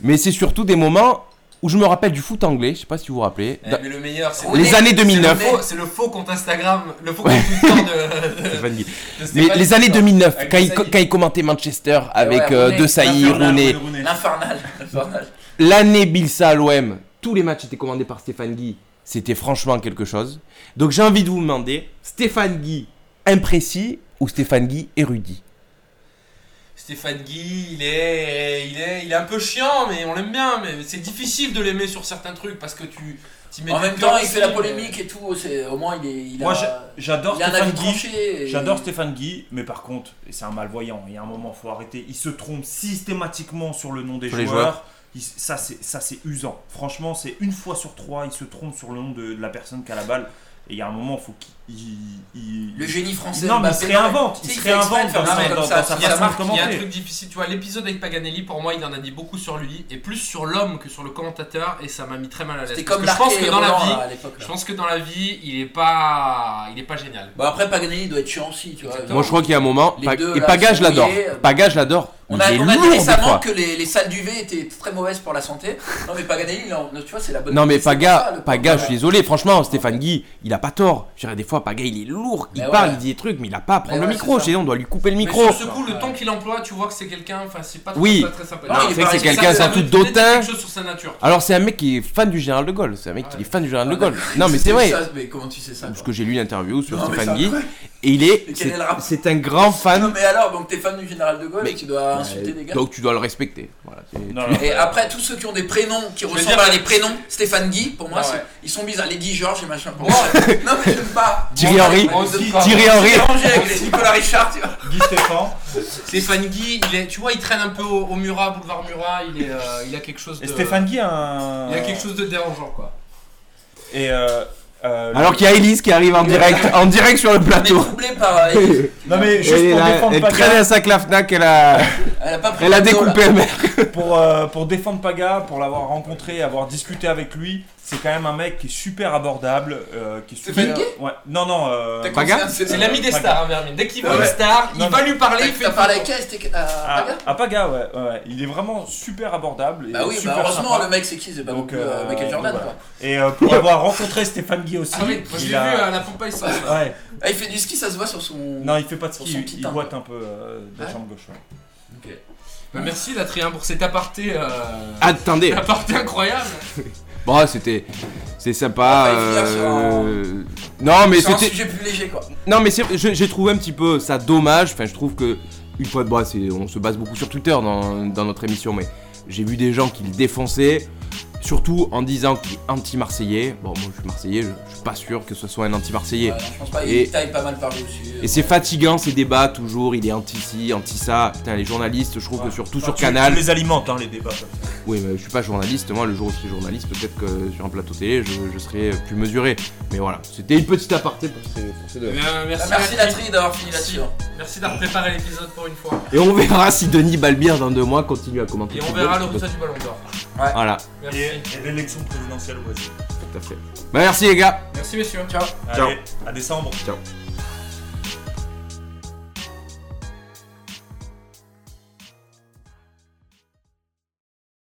Speaker 2: mais c'est surtout des moments où je me rappelle du foot anglais, je sais pas si vous vous rappelez,
Speaker 1: Eh,
Speaker 2: dans-
Speaker 1: mais le meilleur, c'est
Speaker 2: les
Speaker 4: Rooney,
Speaker 2: années
Speaker 1: c'est le
Speaker 2: 2009.
Speaker 1: faux- Oh, C'est le faux compte Instagram, le faux compte Twitter de, de-
Speaker 2: Stéphane Guy.
Speaker 1: de
Speaker 2: Mais
Speaker 1: Stéphane
Speaker 2: les années
Speaker 1: Guy, quoi.
Speaker 2: 2009,
Speaker 1: Avec
Speaker 2: quand il,
Speaker 1: Desailly.
Speaker 2: quand il commentait Manchester avec
Speaker 4: Eh ouais,
Speaker 2: euh,
Speaker 4: Rooney,
Speaker 2: De Sailly,
Speaker 3: Infernal,
Speaker 2: Rooney,
Speaker 3: Rooney.
Speaker 4: L'infernal. L'infernal.
Speaker 2: l'année Bilsa à l'OM, tous les matchs étaient commandés par Stéphane Guy, c'était franchement quelque chose. Donc j'ai envie de vous demander, Stéphane Guy imprécis ou Stéphane Guy érudit
Speaker 1: Stéphane Guy, il est, il est, il est un peu chiant, mais on l'aime bien. Mais c'est difficile de l'aimer sur certains trucs parce que tu, t'y mets
Speaker 4: En
Speaker 1: du
Speaker 4: même
Speaker 1: cœur
Speaker 4: temps, il
Speaker 1: aussi,
Speaker 4: fait la
Speaker 1: mais-
Speaker 4: polémique et tout. c'est- Au moins, il est. il
Speaker 3: Moi,
Speaker 4: a-
Speaker 3: j'a- j'adore
Speaker 4: il a un avis
Speaker 3: Stéphane Guy.
Speaker 4: tranché. et-
Speaker 3: J'adore Stéphane Guy, mais par contre, et c'est un malvoyant. Il y a un moment, faut arrêter. Il se trompe systématiquement sur le nom des
Speaker 2: Sur les
Speaker 3: joueurs.
Speaker 2: joueurs.
Speaker 3: Il- ça, c'est ça, c'est usant. Franchement, c'est une fois sur trois, il se trompe sur le nom de, de la personne qui a la balle. Et il y a un moment, faut qu'il il- il-
Speaker 4: Le génie français.
Speaker 3: Non, mais il
Speaker 4: Mbappé,
Speaker 3: se réinvente, il
Speaker 4: tu sais,
Speaker 3: se
Speaker 4: fait exprès de
Speaker 3: réinvente
Speaker 4: faire
Speaker 3: dans
Speaker 4: un
Speaker 3: sa-
Speaker 4: truc
Speaker 3: dans
Speaker 4: comme ça,
Speaker 3: dans sa
Speaker 1: Il y a un
Speaker 3: façon de
Speaker 1: truc- il y a un
Speaker 3: commenter.
Speaker 1: truc difficile, tu vois. L'épisode avec Paganelli, pour moi, il en a dit beaucoup sur lui et plus sur l'homme que sur le commentateur, et ça m'a mis très mal à l'aise.
Speaker 4: C'était
Speaker 1: Parce
Speaker 4: comme
Speaker 1: que je pense
Speaker 4: Larquet
Speaker 1: que
Speaker 4: et
Speaker 1: dans la
Speaker 4: Roland,
Speaker 1: vie,
Speaker 4: là, à l'époque. là.
Speaker 1: je pense que dans la vie, il est pas, il est pas génial.
Speaker 4: Bah après Paganelli doit être chiant aussi, tu vois.
Speaker 2: Moi, je crois qu'il y a un moment.
Speaker 4: Les
Speaker 2: Pa-
Speaker 4: deux,
Speaker 2: et
Speaker 4: là,
Speaker 2: Paga,
Speaker 4: sont
Speaker 2: je l'adore.
Speaker 4: liés, euh,
Speaker 2: Paga, je l'adore.
Speaker 4: On
Speaker 2: il
Speaker 4: a,
Speaker 2: est
Speaker 4: on a
Speaker 2: lourd
Speaker 4: dit
Speaker 2: des
Speaker 4: récemment
Speaker 2: fois.
Speaker 4: que les, les salles du V étaient très mauvaises pour la santé. Non mais Paganelli, il en- tu vois, c'est la bonne.
Speaker 2: Non mais
Speaker 4: c'est
Speaker 2: Paga,
Speaker 4: ça, le
Speaker 2: Paga, je
Speaker 4: problème.
Speaker 2: suis désolé, franchement, Stéphane Guy, il a pas tort. Je dirais des fois, Paga, il est lourd, il
Speaker 4: Mais
Speaker 2: parle,
Speaker 4: ouais.
Speaker 2: il dit des trucs, mais il a pas à prendre
Speaker 4: Mais
Speaker 2: le
Speaker 4: ouais,
Speaker 2: micro.
Speaker 4: c'est ça.
Speaker 2: Je dis, on doit lui couper le micro.
Speaker 1: Mais sur ce coup, le ton qu'il emploie, tu vois que c'est quelqu'un, enfin, c'est pas,
Speaker 2: Oui.
Speaker 1: c'est pas très sympa.
Speaker 4: Non,
Speaker 2: Non, c'est
Speaker 4: il est
Speaker 2: que c'est
Speaker 4: pareil,
Speaker 2: quelqu'un,
Speaker 4: ça,
Speaker 2: c'est un
Speaker 4: ça,
Speaker 2: tout
Speaker 1: Il veut dire
Speaker 2: d'auteur.
Speaker 1: quelque chose sur sa nature.
Speaker 2: Alors c'est un mec qui est fan du général de Gaulle, c'est un mec qui est fan du général de Gaulle. Non mais c'est
Speaker 4: Tu sais
Speaker 2: vrai,
Speaker 4: ça, mais comment tu sais ça
Speaker 2: parce
Speaker 4: quoi
Speaker 2: que j'ai lu l'interview sur
Speaker 4: Non, mais
Speaker 2: Stéphane
Speaker 4: c'est
Speaker 2: Guy, et il est,
Speaker 4: Mais quel
Speaker 2: c'est-
Speaker 4: est le rapport
Speaker 2: c'est un grand
Speaker 4: Ah Non
Speaker 2: fan,
Speaker 4: mais alors, donc t'es fan du général de Gaulle
Speaker 2: Mais-
Speaker 4: et tu dois insulter des gars.
Speaker 2: donc tu dois le respecter. Voilà, c'est-
Speaker 3: Non, non.
Speaker 4: Et après, tous ceux qui ont des prénoms qui ressemblent
Speaker 1: dire-
Speaker 4: à les prénoms Stéphane Guy, pour moi,
Speaker 1: Ah
Speaker 4: c'est-
Speaker 1: ouais.
Speaker 4: ils sont bizarres. Les Guy Georges et machin. Pour
Speaker 1: Moi-
Speaker 4: moi, non, mais j'aime pas.
Speaker 2: Thierry
Speaker 4: Moi,
Speaker 2: Henry.
Speaker 4: ça me donne pas.
Speaker 2: Thierry
Speaker 4: Je
Speaker 2: Henry,
Speaker 4: suis dérangé avec les Nicolas Richard, tu vois.
Speaker 3: Guy Stéphane.
Speaker 1: Stéphane Guy, il est, tu vois, il traîne un peu au, au Murat, boulevard Murat, il, est, euh, il a quelque chose de.
Speaker 3: Et Stéphane Guy a un.
Speaker 1: Il a quelque chose de dérangeant, quoi.
Speaker 3: Et euh, euh,
Speaker 2: alors
Speaker 3: le-
Speaker 2: qu'il y a Elise qui arrive en direct, en direct sur le
Speaker 4: Mais
Speaker 2: plateau.
Speaker 4: troublé par. euh,
Speaker 3: Non mais juste
Speaker 2: Elle est
Speaker 3: pour
Speaker 2: là,
Speaker 3: défendre
Speaker 2: elle
Speaker 3: Paga,
Speaker 2: traîne à sa clafnac, elle a,
Speaker 4: Elle a pas pris
Speaker 2: elle a
Speaker 4: le dos, là.
Speaker 2: découpé le mec.
Speaker 3: pour, euh, pour défendre Paga, pour l'avoir rencontré, avoir discuté avec lui, c'est quand même un mec qui est super abordable, euh, qui est super.
Speaker 4: Stéphane Guy
Speaker 3: ouais. Non non. euh,
Speaker 1: T'as
Speaker 2: Paga
Speaker 1: conscience, C'est l'ami des
Speaker 3: Paga.
Speaker 1: stars, hein, Vermin. Dès qu'il voit
Speaker 4: Ouais.
Speaker 1: une star, il
Speaker 3: Non,
Speaker 1: va lui parler, il fait.
Speaker 4: T'as
Speaker 1: une
Speaker 4: parlé
Speaker 1: photo.
Speaker 4: avec elle, c'était. euh,
Speaker 3: à,
Speaker 1: Ah.
Speaker 4: Paga
Speaker 3: à Paga, ouais, ouais. Il est vraiment super abordable et
Speaker 4: Bah oui, bah
Speaker 3: super
Speaker 4: heureusement,
Speaker 3: sympa.
Speaker 4: le mec, c'est qui C'est pas non
Speaker 3: Donc,
Speaker 4: plus euh,
Speaker 3: euh,
Speaker 4: Michael Jordan,
Speaker 3: voilà.
Speaker 4: quoi.
Speaker 3: Et euh, pour avoir rencontré Stéphane Guy aussi,
Speaker 1: Ah oui, moi, je
Speaker 3: il
Speaker 1: l'ai
Speaker 3: a-
Speaker 1: vu
Speaker 4: hein.
Speaker 1: à la pompe à essence. là.
Speaker 3: Ouais.
Speaker 4: Ah, il fait du ski, ça se voit sur son.
Speaker 3: Non, il fait pas de
Speaker 4: Sur
Speaker 3: ski,
Speaker 4: son
Speaker 3: il-
Speaker 4: petit
Speaker 3: il
Speaker 4: timbre.
Speaker 3: boite un peu euh, de la
Speaker 4: Ouais.
Speaker 3: jambe gauche. ouais.
Speaker 1: Bah, merci, Latrien, pour cet aparté. euh,
Speaker 2: Attendez,
Speaker 1: Aparté incroyable.
Speaker 2: bon c'était, c'est sympa.
Speaker 4: On va pas y finir sur un-
Speaker 2: euh, Non mais
Speaker 4: C'est un
Speaker 2: c'était,
Speaker 4: sujet plus léger, quoi.
Speaker 2: Non mais c'est- je- j'ai trouvé un petit peu ça dommage, enfin je trouve que une fois de bah, c'est- on se base beaucoup sur Twitter dans, dans notre émission mais j'ai vu des gens qui le défonçaient surtout en disant qu'il est anti-marseillais. Bon moi je suis marseillais, je, je suis pas sûr que ce soit un anti-marseillais.
Speaker 4: Ouais, non, je pense pas,
Speaker 2: Et-
Speaker 4: il taille pas mal par lui aussi.
Speaker 2: Et c'est fatigant ces débats toujours, il est anti-ci, anti-ça. Putain les journalistes, je trouve que surtout
Speaker 3: Enfin,
Speaker 2: sur
Speaker 3: tu-
Speaker 2: Canal,
Speaker 3: Tu les alimentes, hein, les débats.
Speaker 2: oui, mais je suis pas journaliste. Moi, le jour où je suis journaliste, peut-être que sur un plateau télé, je, je serai plus mesuré. Mais voilà, c'était une petite aparté pour ces, pour ces deux.
Speaker 1: Eh bien,
Speaker 4: Ah,
Speaker 1: merci,
Speaker 4: Merci
Speaker 1: Latri.
Speaker 4: Latri d'avoir fini
Speaker 1: Merci.
Speaker 4: là-dessus. hein.
Speaker 1: Merci d'avoir préparé l'épisode pour une fois.
Speaker 2: Et on verra si Denis Balbir dans deux mois continue à commenter.
Speaker 1: Et
Speaker 2: le
Speaker 1: on
Speaker 2: football,
Speaker 1: verra le
Speaker 2: parce que-
Speaker 1: résultat du ballon d'or.
Speaker 2: Voilà,
Speaker 1: Merci.
Speaker 3: Et, et l'élection présidentielle aussi.
Speaker 2: tout à fait. Bah, merci les gars.
Speaker 1: Merci, messieurs.
Speaker 3: Allez, à décembre.
Speaker 2: Ciao.